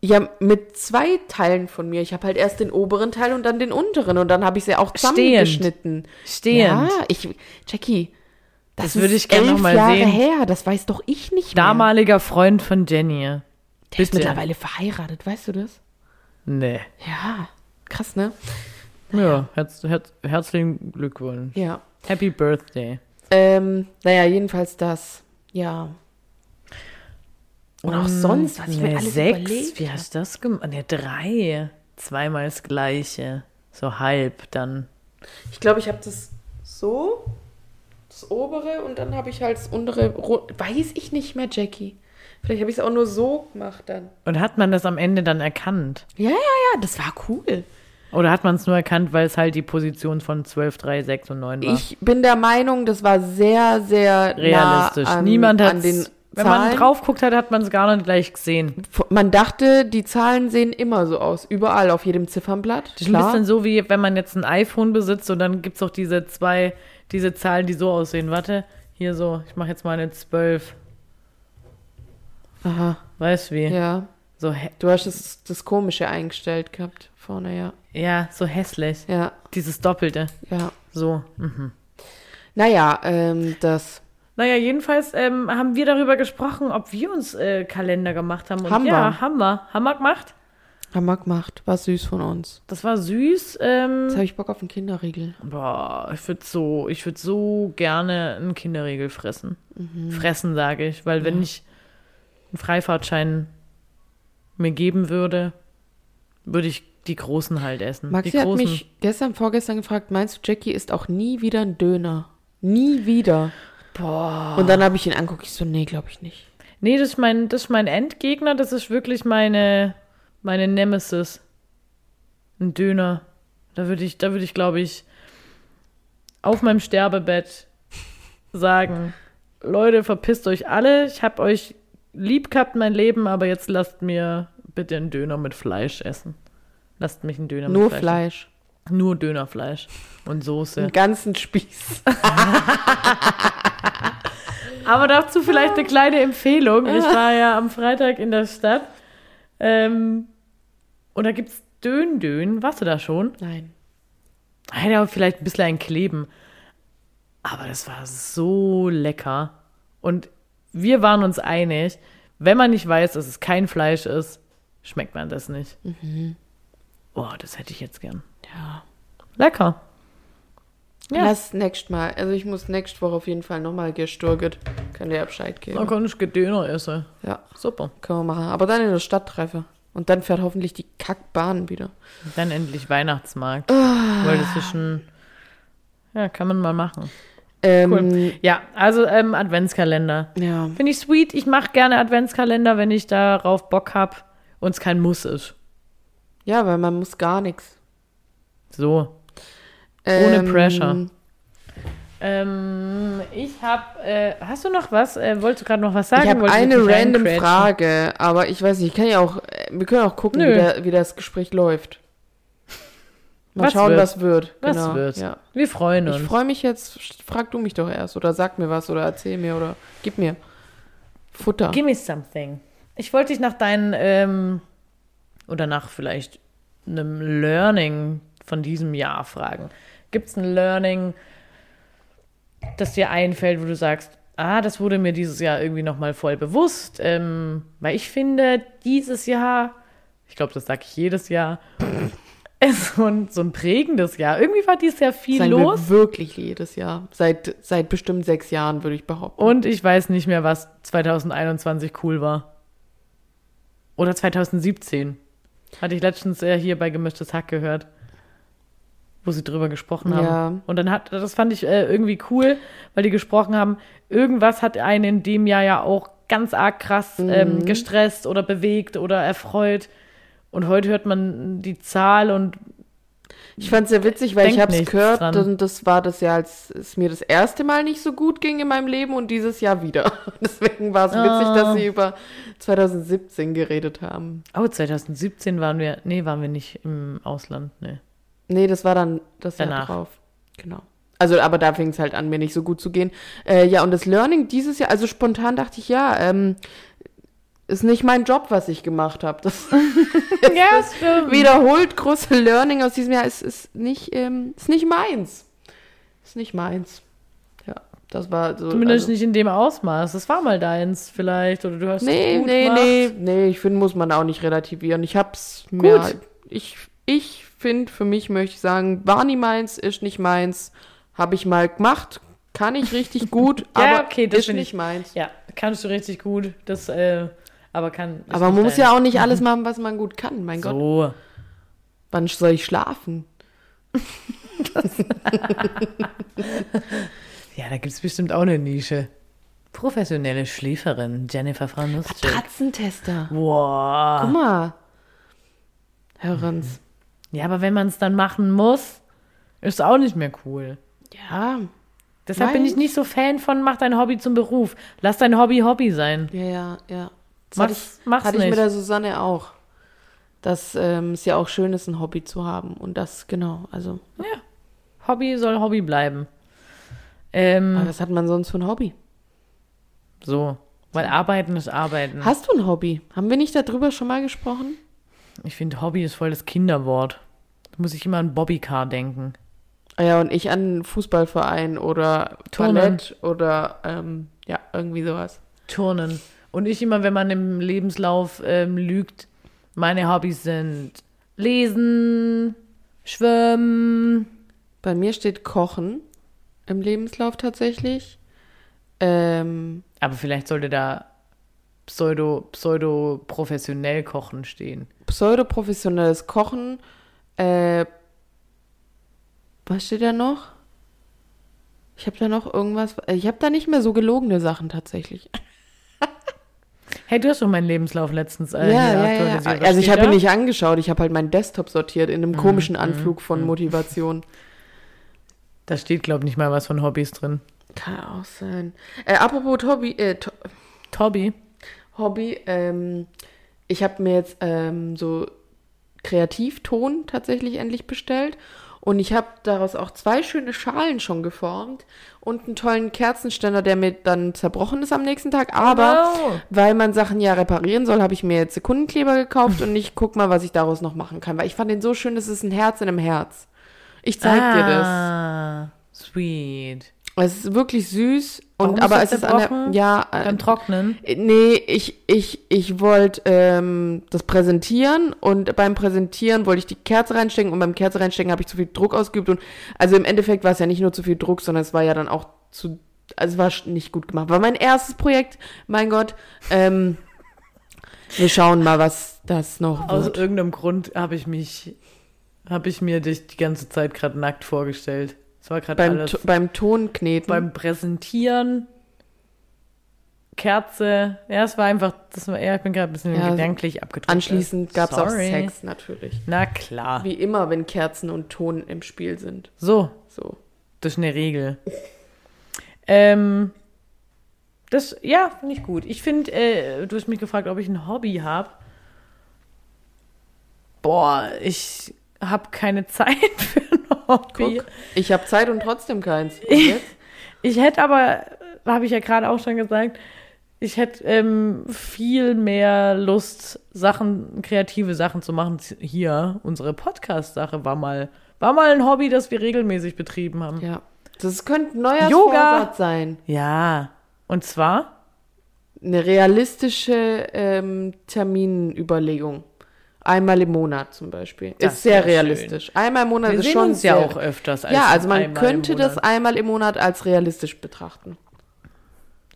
A: Ja, mit zwei Teilen von mir. Ich habe halt erst den oberen Teil und dann den unteren und dann habe ich sie auch zusammengeschnitten.
B: Stehend.
A: Ja, ich, Jackie, das,
B: Das würde
A: ist
B: ich gerne
A: elf
B: noch mal
A: Jahre
B: sehen.
A: her. Das weiß doch ich nicht mehr.
B: Damaliger Freund von Jenny.
A: Der ist
B: bitte.
A: mittlerweile verheiratet, weißt du das?
B: Nee.
A: Ja, krass, ne?
B: Ja, herz, herz, herzlichen Glückwunsch.
A: Ja.
B: Happy Birthday.
A: Ähm, naja, jedenfalls das. Ja. Und auch sonst, was ich mir
B: Eine
A: alles
B: Mm, sechs,
A: überlegt
B: wie hast du das gemacht? Ne, drei. Zweimal das gleiche. So halb dann.
A: Ich glaube, ich habe das so, das obere und dann habe ich halt das untere. ru- Weiß ich nicht mehr, Jackie. Vielleicht habe ich es auch nur so gemacht dann.
B: Und hat man das am Ende dann erkannt?
A: Ja, ja, ja, das war cool.
B: Oder hat man es nur erkannt, weil es halt die Position von 12, 3, 6 und 9 war?
A: Ich bin der Meinung, das war sehr, sehr
B: Realistisch.
A: Nah an,
B: Niemand hat
A: ähm, an den
B: Wenn man
A: Zahlen.
B: drauf guckt hat, hat man es gar nicht gleich gesehen.
A: Man dachte, die Zahlen sehen immer so aus. Überall, auf jedem Ziffernblatt.
B: Das ist ein bisschen so, wie wenn man jetzt ein iPhone besitzt und dann gibt es auch diese zwei, diese Zahlen, die so aussehen. Warte, hier so, ich mache jetzt mal eine 12.
A: Aha,
B: Weißt wie?
A: ja.
B: So hä-
A: Du hast das, das Komische eingestellt gehabt vorne, ja.
B: ja, so hässlich.
A: Ja,
B: Dieses Doppelte.
A: ja.
B: So. Hm.
A: Naja, ähm, das
B: Naja, jedenfalls ähm, haben wir darüber gesprochen, ob wir uns äh, Kalender gemacht haben. Und
A: Haben
B: ja,
A: wir.
B: haben wir. Haben wir gemacht.
A: haben wir gemacht. War süß von uns.
B: Das war süß.
A: Jetzt
B: Ähm,
A: habe ich Bock auf einen Kinderriegel.
B: boah, ich würde so, ich würde so gerne einen Kinderriegel fressen.
A: Mhm.
B: Fressen, sage ich, weil wenn ich einen Freifahrtschein mir geben würde, würde ich die Großen halt essen.
A: Maxi
B: die
A: hat
B: Großen.
A: mich gestern, vorgestern gefragt, meinst du, Jackie isst auch nie wieder einen Döner? Nie wieder.
B: Ah.
A: Boah. Und dann habe ich ihn angeguckt, ich so, nee, glaube ich nicht.
B: Nee, das ist, mein, das ist mein Endgegner, das ist wirklich meine, meine Nemesis. Ein Döner. Da würde ich, da würde ich, glaube ich, auf meinem Sterbebett sagen, Leute, verpisst euch alle, ich habe euch lieb gehabt mein Leben, aber jetzt lasst mir bitte einen Döner mit Fleisch essen. Lasst mich einen Döner
A: Nur
B: mit
A: Fleisch.
B: Fleisch. essen. Nur Dönerfleisch und Soße.
A: Den ganzen Spieß.
B: Aber dazu vielleicht
A: Ah.
B: eine kleine Empfehlung. Ich war ja am Freitag in der Stadt. Ähm, und da gibt's Dön-Dön. Warst du da schon?
A: Nein.
B: Da Hätte aber vielleicht ein bisschen ein Kleben. Aber das war so lecker. Und wir waren uns einig, wenn man nicht weiß, dass es kein Fleisch ist, schmeckt man das nicht.
A: Mhm.
B: Oh, das hätte ich jetzt gern.
A: Ja.
B: Lecker. Ja.
A: Lass nächstes Mal. Also ich muss nächste Woche auf jeden Fall nochmal gesturget. Kann dir ja Bescheid geben.
B: Da kann ich Döner essen.
A: Ja,
B: Super.
A: können wir machen. Aber dann in der Stadt treffe. Und dann fährt hoffentlich die Kackbahn wieder.
B: Dann endlich Weihnachtsmarkt.
A: Oh.
B: Weil das ist schon. Ja, kann man mal machen.
A: Ähm,
B: Ja, also ähm, Adventskalender.
A: Ja.
B: Finde ich sweet. Ich mache gerne Adventskalender, wenn ich darauf Bock habe und es kein Muss ist.
A: ja, weil man muss gar nichts.
B: So. Ohne Pressure. Ähm, ich habe. Äh, hast du noch was? Äh, wolltest du gerade noch was sagen?
A: Ich habe
B: Wolltest du
A: eine
B: mich
A: random
B: reincratchen?
A: Frage, aber ich weiß nicht, ich kann ja auch, äh, wir können auch gucken,
B: Nö.
A: wie, der, wie das Gespräch läuft. Mal
B: Was
A: schauen,
B: wird?
A: was wird.
B: Was
A: genau.
B: wird's?
A: Ja.
B: Wir freuen
A: Ich
B: uns.
A: freue mich jetzt, sch- frag du mich doch erst oder sag mir was oder erzähl mir oder gib mir Futter.
B: Give me something. Ich wollte dich nach deinen. Ähm, oder nach vielleicht einem Learning von diesem Jahr fragen. Gibt es ein Learning, das dir einfällt, wo du sagst, ah, das wurde mir dieses Jahr irgendwie nochmal voll bewusst? Ähm, weil ich finde, dieses Jahr, ich glaube, das sage ich jedes Jahr, (laughs) ist so ein, so ein prägendes Jahr. Irgendwie war dieses Jahr viel
A: Sagen
B: los.
A: wir wirklich jedes Jahr. Seit, seit bestimmt sechs Jahren, würde ich behaupten.
B: Und ich weiß nicht mehr, was 2021 cool war. Oder 2017. Hatte ich letztens äh, hier bei Gemischtes Hack gehört, wo sie drüber gesprochen haben.
A: Ja.
B: Und dann hat, das fand ich äh, irgendwie cool, weil die gesprochen haben, irgendwas hat einen in dem Jahr ja auch ganz arg krass ähm, gestresst oder bewegt oder erfreut. Und heute hört man die Zahl und
A: Ich fand es sehr witzig, weil
B: Denk
A: ich habe es
B: nichts
A: gehört
B: dran.
A: und das war das Jahr, als es mir das erste Mal nicht so gut ging in meinem Leben und dieses Jahr wieder. (laughs) Deswegen war es witzig,
B: Ah.
A: dass sie über 2017 geredet haben.
B: oh, 2017 waren wir, nee, waren wir nicht im Ausland, ne. nee.
A: Nee, das war dann das Jahr
B: Danach.
A: drauf. Genau. Also, aber da fing es halt an, mir nicht so gut zu gehen. Äh, ja, und das Learning dieses Jahr, also spontan dachte ich, ja, ähm, ist nicht mein Job, was ich gemacht habe.
B: (laughs)
A: Das
B: (laughs) Ja, stimmt.
A: wiederholt große Learning aus diesem Jahr. Es ist nicht, ähm, ist nicht meins. Ist nicht meins. Ja, das war so.
B: Zumindest
A: also,
B: nicht in dem Ausmaß. Das war mal deins vielleicht oder du hast
A: Nee,
B: es gut
A: nee,
B: gemacht.
A: nee, nee. Ich finde, muss man auch nicht relativieren. Ich hab's mir. halt-
B: Gut.
A: Ich, ich finde, für mich möchte ich sagen, war nie meins, ist nicht meins. Habe ich mal gemacht, kann ich
B: (laughs)
A: richtig gut,
B: Ja,
A: aber
B: okay, das
A: ist
B: find
A: nicht
B: ich-
A: meins.
B: Ja, kannst du richtig gut. Das, äh, aber kann. ist
A: Aber
B: nicht
A: man muss
B: deins.
A: ja auch nicht alles machen, was man gut kann. Mein Gott,
B: So.
A: wann soll ich schlafen?
B: Ja, da gibt's bestimmt auch eine Nische. Professionelle Schläferin, Jennifer Franusczyk.
A: Katzentester.
B: Wow.
A: Guck mal. Herr Renz.
B: Ja, aber wenn man es dann machen muss, ist auch nicht mehr cool.
A: Ja,
B: Deshalb bin ich
A: Meinst?
B: nicht so Fan von, mach dein Hobby zum Beruf. Lass dein Hobby Hobby sein.
A: ja, ja, ja. Das
B: Mach's-
A: hatte ich,
B: mach's
A: hatte ich
B: nicht.
A: mit der Susanne auch. Dass ähm, es ja auch schön ist, ein Hobby zu haben. Und das, genau, also.
B: Hobby soll Hobby bleiben. Ähm,
A: Aber was Ah, hat man sonst für ein Hobby?
B: So. Weil arbeiten ist arbeiten.
A: Hast du ein Hobby? Haben wir nicht darüber schon mal gesprochen?
B: Ich finde, Hobby ist voll das Kinderwort. Da muss ich immer an Bobbycar denken.
A: Ah Ja, und ich an einen Fußballverein oder
B: Turnen.
A: Ballett oder, ähm, ja, irgendwie sowas.
B: Turnen. Und ich immer, wenn man im Lebenslauf ähm, lügt, meine Hobbys sind Lesen, Schwimmen.
A: Bei mir steht Kochen im Lebenslauf tatsächlich. Ähm,
B: Aber vielleicht sollte da pseudo, pseudo professionell kochen stehen.
A: pseudoprofessionelles Kochen, äh, was steht da noch? Ich habe da noch irgendwas, ich habe da nicht mehr so gelogene Sachen tatsächlich.
B: Hey, du hast schon meinen Lebenslauf letztens äh,
A: ja,
B: hier
A: ja, ja.
B: aktualisiert. Was
A: Also ich
B: steht
A: habe ihn
B: da?
A: nicht angeschaut, ich habe halt meinen Desktop sortiert in einem komischen Anflug von Motivation.
B: Da steht, glaube ich, nicht mal was von Hobbys drin.
A: Kann auch sein. Äh, apropos Hobby, äh, to
B: Hobby?
A: Hobby, ähm, ich habe mir jetzt ähm, so Kreativton tatsächlich endlich bestellt. Und ich habe daraus auch zwei schöne Schalen schon geformt und einen tollen Kerzenständer, der mir dann zerbrochen ist am nächsten Tag. Aber
B: Wow.
A: weil man Sachen ja reparieren soll, habe ich mir jetzt Sekundenkleber gekauft und
B: (laughs)
A: ich guck mal, was ich daraus noch machen kann. Weil ich fand den so schön, das ist ein Herz in einem Herz. Ich zeig dir das.
B: ah, Sweet.
A: Es ist wirklich süß
B: Warum
A: und
B: ist
A: aber
B: das
A: es ist an der,
B: zerbrochen?
A: ja, äh,
B: Beim Trocknen?
A: Nee, ich, ich, ich wollte ähm, das präsentieren und beim Präsentieren wollte ich die Kerze reinstecken und beim Kerze reinstecken habe ich zu viel Druck ausgeübt und also im Endeffekt war es ja nicht nur zu viel Druck, sondern es war ja dann auch zu, also es war sch- nicht gut gemacht. War mein erstes Projekt, mein Gott. Ähm, wir schauen mal, was das noch
B: Aus
A: wird.
B: irgendeinem Grund habe ich mich, habe ich mir dich die ganze Zeit gerade nackt vorgestellt. Es war gerade
A: Beim,
B: alles
A: To- beim Tonkneten.
B: beim Präsentieren, Kerze. Ja, es war einfach, das war eher, ich bin gerade ein bisschen
A: Ja,
B: gedanklich abgedrückt.
A: Anschließend gab es auch
B: Sorry.
A: Sex natürlich.
B: Na klar.
A: Wie immer, wenn Kerzen und Ton im Spiel sind.
B: So,
A: So.
B: das ist eine Regel. ähm, das, ja, finde ich gut. Ich finde, äh, du hast mich gefragt, ob ich ein Hobby habe. Boah, ich habe keine (laughs) Zeit für ein Hobby.
A: Guck, ich habe Zeit und trotzdem keins.
B: (laughs)
A: Und jetzt?
B: Ich hätte aber, habe ich ja gerade auch schon gesagt, ich hätte ähm, viel mehr Lust, Sachen, kreative Sachen zu machen. Hier, unsere Podcast-Sache war mal, war mal ein Hobby, das wir regelmäßig betrieben haben.
A: Ja. Das könnte ein neuer
B: Yoga.
A: Vorsatz sein.
B: Ja. Und zwar?
A: Eine realistische ähm, Terminüberlegung. Einmal im Monat zum Beispiel.
B: Das
A: ist sehr
B: wär schön.
A: realistisch. Einmal im Monat
B: Wir
A: ist
B: sehen
A: schon
B: uns Also ja
A: sehr,
B: auch öfters.
A: Ja, also man
B: einmal im
A: könnte das
B: Monat.
A: einmal im Monat als realistisch betrachten.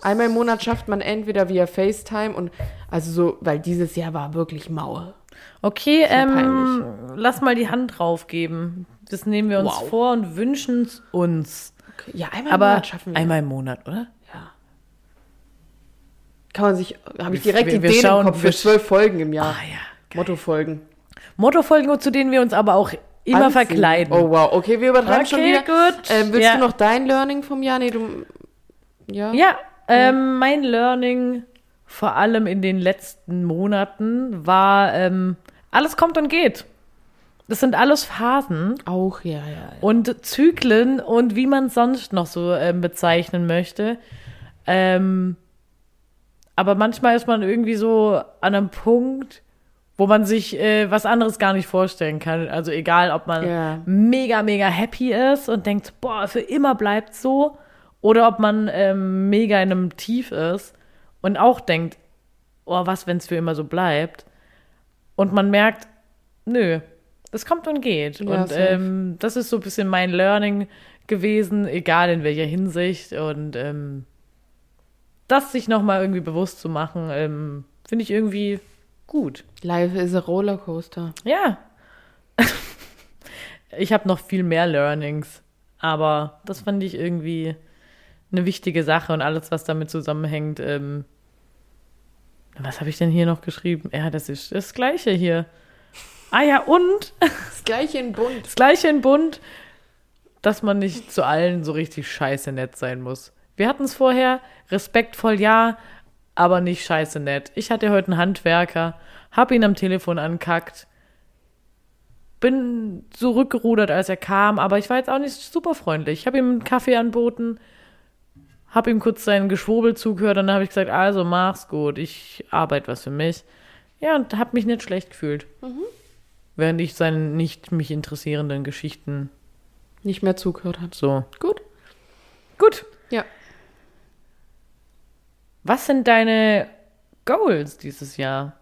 A: Einmal im Monat schafft man entweder via FaceTime und also so, weil dieses Jahr war wirklich Maue.
B: Okay,
A: ja
B: ähm, lass mal die Hand drauf geben. Das nehmen wir uns
A: Wow.
B: vor und wünschen es uns.
A: Ja, einmal im
B: Aber
A: Monat schaffen wir.
B: einmal im Monat, oder?
A: Ja. Kann man sich, habe ich direkt
B: wir- wir
A: Ideen
B: schauen-
A: im Kopf
B: wir
A: für
B: sch-
A: zwölf Folgen im Jahr.
B: Ah ja, geil.
A: Mottofolgen.
B: Mottofolgen, zu denen wir uns aber auch immer
A: Anziehen.
B: verkleiden.
A: Oh wow, okay, wir übertreiben schon
B: Okay,
A: wieder.
B: gut.
A: Ähm, willst
B: Ja.
A: du noch dein Learning vom Jahr? Nee, du, ja.
B: Ja, ähm, mein Learning, vor allem in den letzten Monaten, war, ähm, alles kommt und geht. Das sind alles Phasen
A: Auch, ja, ja.
B: und Zyklen und wie man es sonst noch so ähm, bezeichnen möchte. Ähm, aber manchmal ist man irgendwie so an einem Punkt, wo man sich äh, was anderes gar nicht vorstellen kann. Also egal, ob man
A: Ja.
B: mega, mega happy ist und denkt, boah, für immer bleibt so. Oder ob man ähm, mega in einem Tief ist und auch denkt, oh, was, wenn es für immer so bleibt. Und man merkt, nö, das kommt und geht. und
A: safe.
B: ähm, das ist so ein bisschen mein Learning gewesen, egal in welcher Hinsicht. Und ähm, das sich nochmal irgendwie bewusst zu machen, ähm, finde ich irgendwie gut.
A: Life is a Rollercoaster.
B: Ja. (laughs) ich habe noch viel mehr Learnings, aber das fand ich irgendwie eine wichtige Sache und alles, was damit zusammenhängt. Ähm, was habe ich denn hier noch geschrieben? Ja, das ist das Gleiche hier. Ah ja, und
A: Das gleiche in bunt.
B: das Gleiche in Bund, dass man nicht zu allen so richtig scheiße nett sein muss. Wir hatten es vorher, respektvoll ja, aber nicht scheiße nett. Ich hatte heute einen Handwerker, hab ihn am Telefon angekackt, bin zurückgerudert, als er kam, aber ich war jetzt auch nicht super freundlich. Ich habe ihm einen Kaffee anboten, hab ihm kurz seinen Geschwurbel zugehört und dann habe ich gesagt, also mach's gut, ich arbeite was für mich. Ja, und hab mich nicht schlecht gefühlt während ich seinen nicht mich interessierenden Geschichten
A: Nicht mehr zugehört hat.
B: so.
A: Gut.
B: Gut.
A: Ja.
B: Was sind deine Goals dieses Jahr?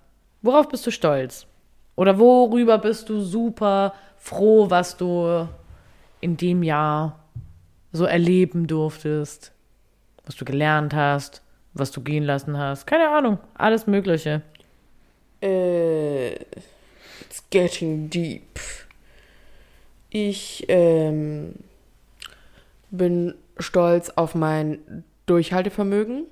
B: Worauf bist du stolz? Oder worüber bist du super froh, was du in dem Jahr so erleben durftest? Was du gelernt hast, was du gehen lassen hast? Keine Ahnung, alles Mögliche.
A: Äh, It's getting deep. Ich ähm, bin stolz auf mein Durchhaltevermögen.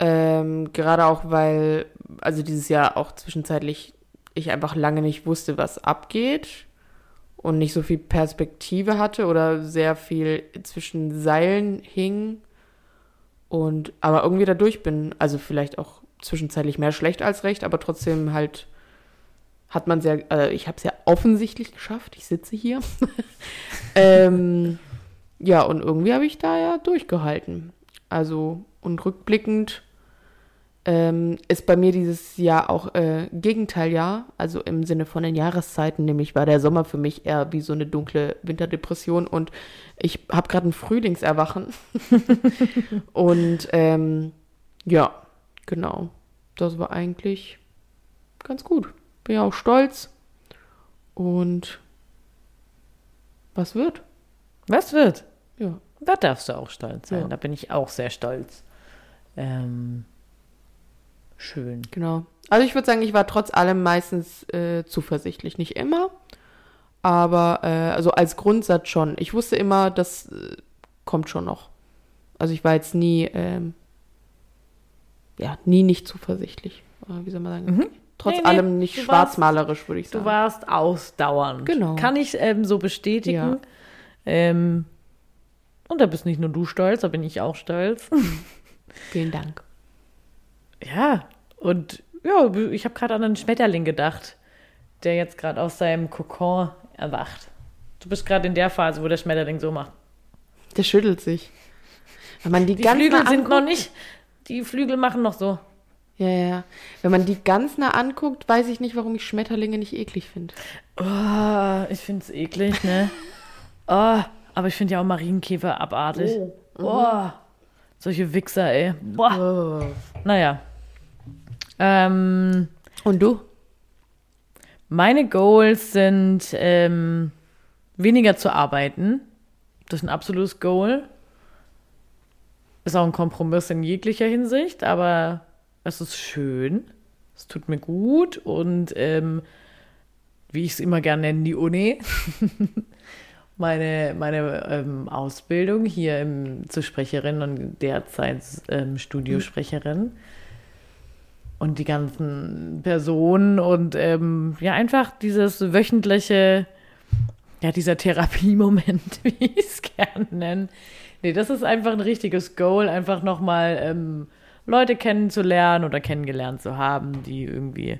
A: Ähm, gerade auch, weil, also dieses Jahr auch zwischenzeitlich ich einfach lange nicht wusste, was abgeht und nicht so viel Perspektive hatte oder sehr viel zwischen Seilen hing und aber irgendwie da durch bin. Also vielleicht auch zwischenzeitlich mehr schlecht als recht, aber trotzdem halt hat man sehr, also ich habe es ja offensichtlich geschafft, ich sitze hier. (laughs) ähm, ja, und irgendwie habe ich da ja durchgehalten. Also und rückblickend ähm, ist bei mir dieses Jahr auch äh, Gegenteiljahr, also im Sinne von den Jahreszeiten, nämlich war der Sommer für mich eher wie so eine dunkle Winterdepression und ich habe gerade ein Frühlingserwachen. und ähm, ja, genau, das war eigentlich ganz gut. Bin ja auch stolz und was wird?
B: Was wird?
A: Ja.
B: Da darfst du auch stolz sein.
A: Ja.
B: Da bin ich auch sehr stolz. Ähm, schön.
A: Genau. Also ich würde sagen, ich war trotz allem meistens äh, zuversichtlich. Nicht immer, aber äh, also als Grundsatz schon. Ich wusste immer, das äh, kommt schon noch. Also ich war jetzt nie, ähm, ja, nie nicht zuversichtlich. Oder wie soll man sagen? Trotz
B: Mhm. Nee, nee,
A: allem nicht
B: du warst-
A: schwarzmalerisch, würde ich
B: Du
A: sagen.
B: warst ausdauernd.
A: Genau.
B: Kann ich ähm, so bestätigen.
A: Ja.
B: Ähm, und da bist nicht nur du stolz, da bin ich auch stolz. (laughs)
A: Vielen Dank.
B: ja. Und ja, ich habe gerade an einen Schmetterling gedacht, der jetzt gerade aus seinem Kokon erwacht. Du bist gerade in der Phase, wo der Schmetterling so macht.
A: Der schüttelt sich. Wenn man die,
B: Die
A: ganz nah
B: Flügel sind
A: anguckt-
B: noch nicht. Die Flügel machen noch so.
A: Ja, ja. ja. Wenn man die ganz nah anguckt, weiß ich nicht, warum ich Schmetterlinge nicht eklig finde.
B: Oh, ich find's eklig, ne? oh, aber ich find ja auch Marienkäfer abartig. Oh, solche Wichser, ey. Boah. Naja. Ähm,
A: Und du?
B: meine Goals sind ähm, weniger zu arbeiten. Das ist ein absolutes Goal. Ist auch ein Kompromiss in jeglicher Hinsicht, aber es ist schön. Es tut mir gut und ähm, wie ich es immer gerne nenne, die Uni. meine meine ähm, Ausbildung hier im, zur Sprecherin und derzeit ähm, Studiosprecherin. Und die ganzen Personen und ähm, ja, einfach dieses wöchentliche, ja, dieser Therapiemoment, (laughs) wie ich es gerne nenne. Nee, das ist einfach ein richtiges Goal, einfach nochmal ähm, Leute kennenzulernen oder kennengelernt zu haben, die irgendwie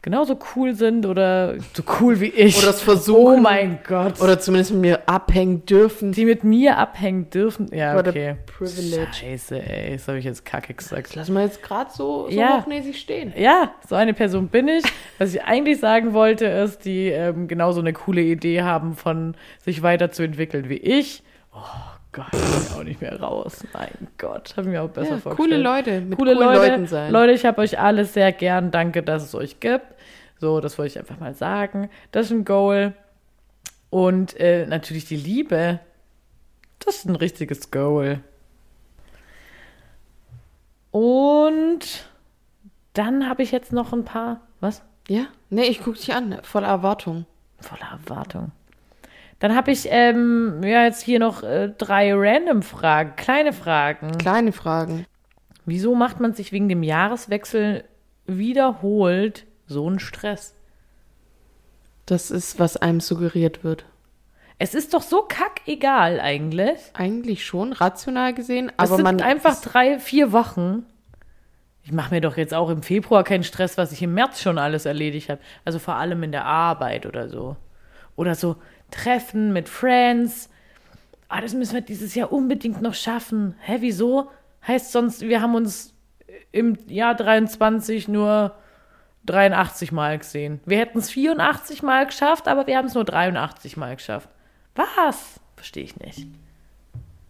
B: genauso cool sind oder so cool wie ich.
A: Oder es
B: oh
A: versuchen.
B: mein Gott.
A: Oder zumindest mit mir abhängen dürfen.
B: die mit mir abhängen dürfen. Ja,
A: What a
B: okay.
A: privilege.
B: Scheiße, ey, das habe ich jetzt kacke gesagt.
A: Das lassen wir jetzt gerade so, so
B: Ja.
A: hochmäßig stehen.
B: Ja, so eine Person bin ich. Was ich eigentlich sagen wollte, ist, die ähm, genauso eine coole Idee haben, von sich weiterzuentwickeln wie ich. Oh Gott, ich bin auch nicht mehr raus. Mein Gott, habe ich mir auch besser
A: Ja,
B: vorgestellt.
A: coole Leute, mit
B: coole
A: coolen
B: Leute.
A: Leuten sein.
B: Leute, ich habe euch alle sehr gern. Danke, dass es euch gibt. So, das wollte ich einfach mal sagen. Das ist ein Goal. Und äh, natürlich die Liebe. Das ist ein richtiges Goal. Und dann habe ich jetzt noch ein paar. Was?
A: Ja? Nee, ich guck dich an, voller Erwartung.
B: Voller Erwartung. Dann habe ich ähm, ja jetzt hier noch äh, drei random Fragen, kleine Fragen.
A: Kleine Fragen.
B: Wieso macht man sich wegen dem Jahreswechsel wiederholt so einen Stress?
A: Das ist, was einem suggeriert wird.
B: Es ist doch so kackegal eigentlich.
A: Eigentlich schon, rational gesehen,
B: Es
A: aber
B: sind
A: man.
B: einfach
A: ist-
B: drei, vier Wochen. Ich mache mir doch jetzt auch im Februar keinen Stress, was ich im März schon alles erledigt habe. Also vor allem in der Arbeit oder so. Oder so Treffen mit Friends. Ah, das müssen wir dieses Jahr unbedingt noch schaffen. Hä, wieso? Heißt sonst, wir haben uns im Jahr 23 nur 83 Mal gesehen. Wir hätten es 84 Mal geschafft, aber wir haben es nur 83 Mal geschafft. Was? Verstehe ich nicht.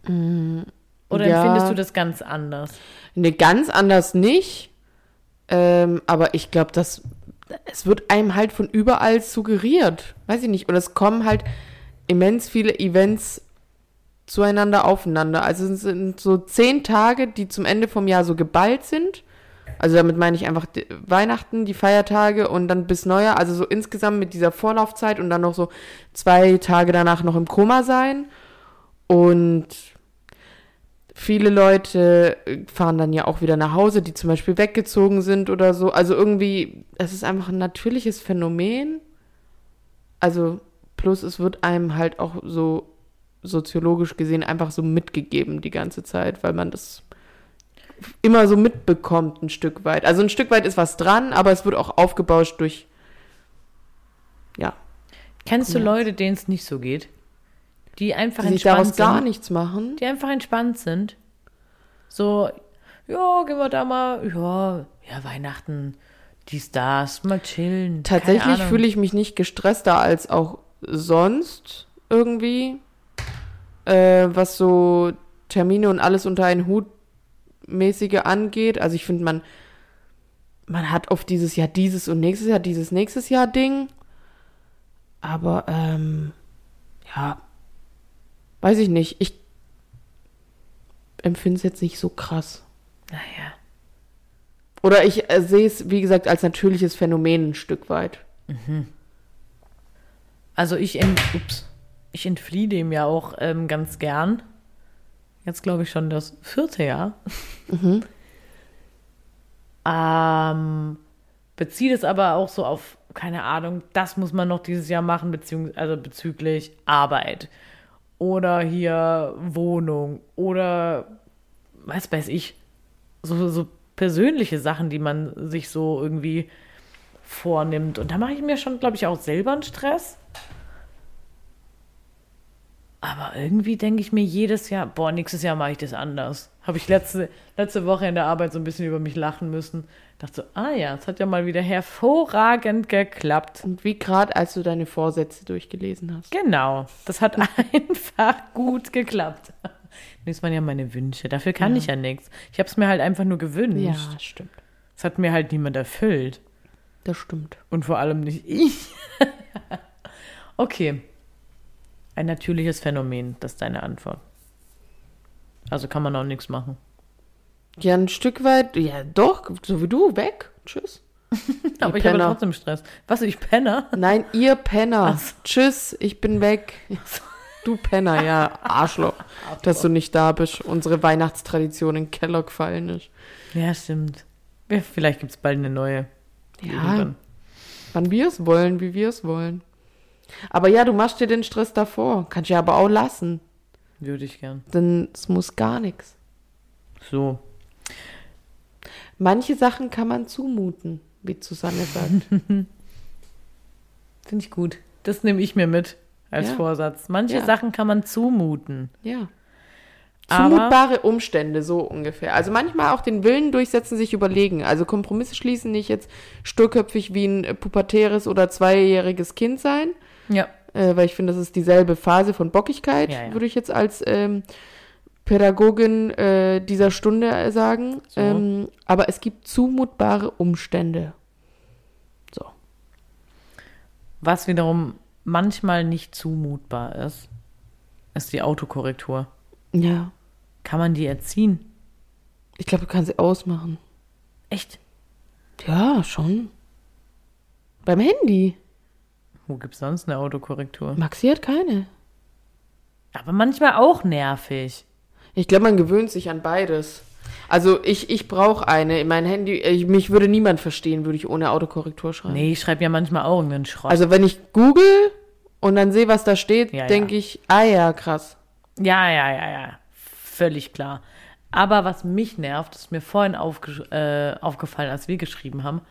B: Oder
A: Mm, ja.
B: empfindest du das ganz anders?
A: Nee, ganz anders nicht. Ähm, aber ich glaube, das. Es wird einem halt von überall suggeriert. Weiß ich nicht. Und es kommen halt immens viele Events zueinander aufeinander. Also es sind so zehn Tage, die zum Ende vom Jahr so geballt sind. Also damit meine ich einfach die- Weihnachten, die Feiertage und dann bis Neujahr. Also so insgesamt mit dieser Vorlaufzeit und dann noch so zwei Tage danach noch im Koma sein. Und viele Leute äh, fahren dann ja auch wieder nach Hause, die zum Beispiel weggezogen sind oder so. Also irgendwie, es ist einfach ein natürliches Phänomen. Also plus es wird einem halt auch so soziologisch gesehen einfach so mitgegeben die ganze Zeit, weil man das immer so mitbekommt ein Stück weit. Also ein Stück weit ist was dran, aber es wird auch aufgebauscht durch ja,
B: Kennst du
A: Ja.
B: Leute, denen es nicht so geht? Die einfach
A: die sich
B: entspannt
A: daraus
B: sind.
A: gar nichts machen.
B: Die einfach entspannt sind. So, ja, gehen wir da mal, ja, ja, Weihnachten, dies, das, mal chillen.
A: Tatsächlich fühle ich mich nicht gestresster als auch sonst irgendwie, äh, was so Termine und alles unter einen Hut mäßige angeht. Also ich finde, man, man hat auf dieses Jahr dieses und nächstes Jahr dieses nächstes Jahr Ding. Aber ähm, ja, weiß ich nicht. Ich empfinde es jetzt nicht so krass.
B: Naja.
A: Oder ich äh, sehe es, wie gesagt, als natürliches Phänomen ein Stück weit.
B: Also ich, ent, ups, ich entfliehe dem ja auch ähm, ganz gern. Jetzt glaube ich schon das vierte Jahr. (laughs) ähm, beziehe das aber auch so auf, keine Ahnung, das muss man noch dieses Jahr machen, beziehungs also bezüglich Arbeit. Oder hier Wohnung oder was weiß ich. So, so persönliche Sachen, die man sich so irgendwie vornimmt. Und da mache ich mir schon, glaube ich, auch selber einen Stress. Aber irgendwie denke ich mir jedes Jahr, boah, nächstes Jahr mache ich das anders. Habe ich letzte, letzte Woche in der Arbeit so ein bisschen über mich lachen müssen. Dachte so, ah ja, es hat ja mal wieder hervorragend geklappt.
A: Und wie gerade, als du deine Vorsätze durchgelesen hast.
B: Genau, das hat einfach gut geklappt. Nächstes Mal ja meine Wünsche, dafür kann ich ja nichts. Ich habe es mir halt einfach nur gewünscht.
A: stimmt.
B: Es hat mir halt niemand erfüllt.
A: Das stimmt.
B: Und vor allem nicht ich. (laughs) okay. Ein natürliches Phänomen, das ist deine Antwort. Also kann man auch nichts machen.
A: Ja, ein Stück weit, ja doch, so wie du, weg. Tschüss.
B: (laughs) Aber ich habe
A: Penner.
B: trotzdem Stress. Was, ich penner?
A: Nein, ihr Penner.
B: Ach so.
A: Tschüss, ich bin weg. Du Penner, ja, Arschloch, dass du nicht da bist. Unsere Weihnachtstradition in den Keller gefallen ist.
B: Ja, stimmt. Ja, vielleicht gibt es bald eine neue.
A: Ja.
B: Irgendwann.
A: Wann wir es wollen, wie wir es wollen. Aber ja, du machst dir den Stress davor. Kannst ja aber auch lassen.
B: Würde ich gern.
A: Denn es muss gar nichts.
B: So.
A: Manche Sachen kann man zumuten, wie Susanne sagt.
B: Finde ich gut. Das nehme ich mir mit als
A: Ja.
B: Vorsatz. Manche
A: Ja.
B: Sachen kann man zumuten.
A: Ja.
B: Aber-
A: Zumutbare Umstände, so ungefähr. Also manchmal auch den Willen durchsetzen, sich überlegen. Also Kompromisse schließen, nicht jetzt sturköpfig wie ein äh, pubertäres oder zweijähriges Kind sein,
B: Ja.
A: äh, weil ich finde, das ist dieselbe Phase von Bockigkeit,
B: Ja, ja.
A: würde ich jetzt als ähm, Pädagogin äh, dieser Stunde äh, sagen.
B: So.
A: Ähm, aber es gibt zumutbare Umstände. So.
B: Was wiederum manchmal nicht zumutbar ist, ist die Autokorrektur.
A: Ja.
B: Kann man die erziehen?
A: Ich glaube, du kannst sie ausmachen.
B: Echt?
A: Ja, schon. Beim Handy.
B: Wo gibt's sonst eine Autokorrektur?
A: Maxi hat keine.
B: Aber manchmal auch nervig.
A: Ich glaube, man gewöhnt sich an beides. Also ich, ich brauche eine. Mein Handy, ich, mich würde niemand verstehen, würde ich ohne Autokorrektur schreiben.
B: Nee, ich schreibe ja manchmal auch irgendeinen Schrott.
A: Also wenn ich google und dann sehe, was da steht,
B: Ja,
A: denke
B: ja.
A: ich, ah ja, krass.
B: ja, ja, ja, ja. Völlig klar. Aber was mich nervt, ist mir vorhin aufgesch- äh, aufgefallen, als wir geschrieben haben,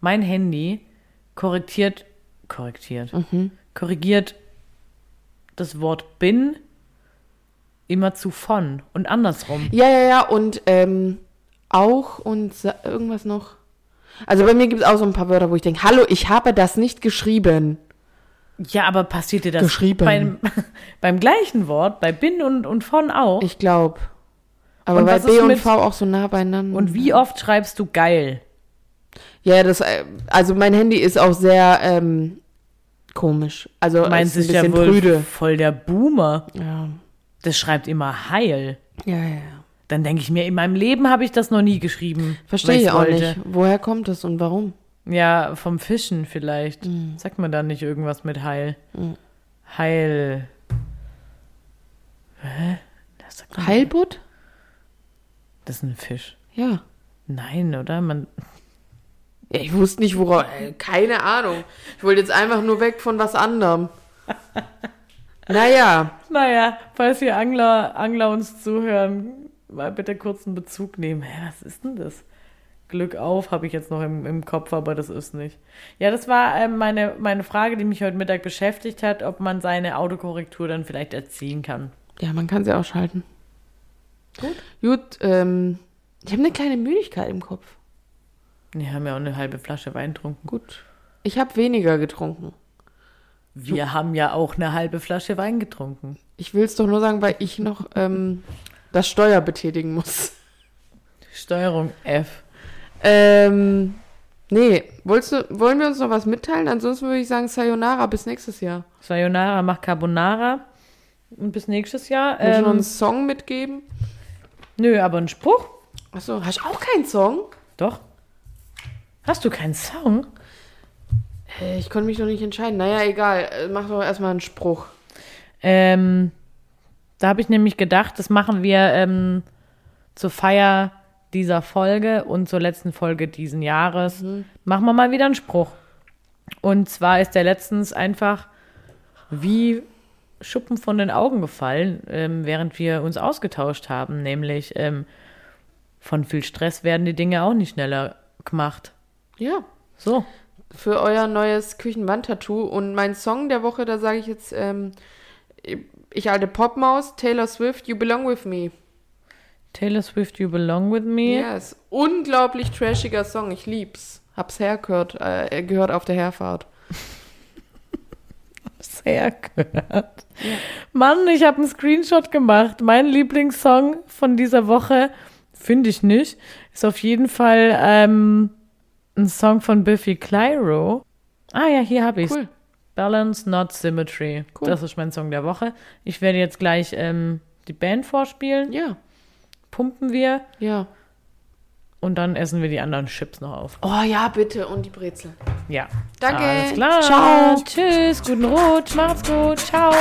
B: mein Handy korrektiert, korrektiert,
A: Mhm.
B: korrigiert das Wort bin immer zu von und andersrum.
A: Ja, ja, ja, und ähm, auch und sa- irgendwas noch. Also bei mir gibt es auch so ein paar Wörter, wo ich denke, hallo, ich habe das nicht geschrieben.
B: Ja, aber passiert dir das
A: Geschrieben.
B: Beim, (laughs) beim gleichen Wort, bei bin und, und von auch?
A: Ich glaube. Aber
B: Und
A: bei
B: was ist
A: B und
B: mit-
A: V auch so nah beieinander.
B: und wie oft schreibst du geil?
A: Ja, das, äh, also mein Handy ist auch sehr ähm, komisch. Also
B: Meins
A: ist
B: ist
A: ein
B: ja
A: bisschen
B: wohl
A: prüde.
B: voll der Boomer.
A: Ja.
B: Das schreibt immer heil.
A: Ja, ja, ja.
B: Dann denke ich mir, in meinem Leben habe ich das noch nie geschrieben.
A: Verstehe
B: weil
A: ich
B: ich's
A: auch
B: wollte.
A: nicht. Woher kommt das und warum?
B: Ja, vom Fischen vielleicht.
A: Mhm.
B: Sagt man da nicht irgendwas mit Heil? Heil. Hä? Das,
A: Ah.
B: sagt man-
A: Heilbutt?
B: das ist ein Fisch.
A: Ja.
B: Nein, oder? Man,
A: ja. Ich wusste nicht, worauf. äh, Keine Ahnung. Ich wollte jetzt einfach nur weg von was (laughs) anderem. naja,
B: naja, falls hier Angler, Angler uns zuhören, mal bitte kurz einen Bezug nehmen. Hä, was ist denn das? Glück auf, habe ich jetzt noch im, im Kopf, aber das ist nicht. Ja, das war ähm, meine, meine Frage, die mich heute Mittag beschäftigt hat, ob man seine Autokorrektur dann vielleicht erziehen kann.
A: ja, man kann sie ausschalten.
B: Gut.
A: Gut, ähm, ich habe eine kleine Müdigkeit im Kopf.
B: Wir haben ja auch eine halbe Flasche Wein getrunken.
A: Gut. Ich habe weniger getrunken.
B: Wir haben ja auch eine halbe Flasche Wein getrunken.
A: Ich will es doch nur sagen, weil ich noch ähm, das Steuer betätigen muss.
B: Steuerung F.
A: Ähm, nee, wolltest du, wollen wir uns noch was mitteilen? Ansonsten würde ich sagen, Sayonara, bis nächstes Jahr.
B: Sayonara macht Carbonara. Und bis nächstes Jahr.
A: Willst du noch einen
B: Ähm,
A: Song mitgeben?
B: nö, aber ein Spruch?
A: Achso, hast du auch keinen Song?
B: Doch. Hast du keinen Song?
A: Äh, ich konnte mich noch nicht entscheiden. Naja, egal. Äh, Mach doch erstmal einen Spruch.
B: Ähm, da habe ich nämlich gedacht, das machen wir ähm, zur Feier dieser Folge und zur letzten Folge diesen Jahres. Machen wir mal wieder einen Spruch. Und zwar ist der letztens einfach wie Schuppen von den Augen gefallen, ähm, während wir uns ausgetauscht haben. Nämlich ähm, von viel Stress werden die Dinge auch nicht schneller gemacht.
A: Ja.
B: So.
A: Für euer neues Küchenwandtattoo. Und mein Song der Woche, da sage ich jetzt, ähm, ich alte Popmaus, Taylor Swift, You Belong With Me.
B: Taylor Swift, you belong with me.
A: Ja, ist unglaublich trashiger Song. Ich lieb's. Hab's hergehört, äh, gehört auf der Herfahrt.
B: sehr gehört. Mann, ich habe einen Screenshot gemacht. Mein Lieblingssong von dieser Woche, finde ich nicht, ist auf jeden Fall ähm, ein Song von Biffy Clyro. Ah ja, hier habe ich
A: Cool.
B: Balance, not Symmetry.
A: Cool.
B: Das ist mein Song der Woche. Ich werde jetzt gleich ähm, die Band vorspielen,
A: Ja,
B: pumpen wir
A: ja.
B: und dann essen wir die anderen Chips noch auf.
A: Oh ja, bitte. Und die Brezel.
B: Ja.
A: Danke.
B: Alles klar.
A: Ciao.
B: Tschüss. Guten Rutsch. Macht's gut. Ciao.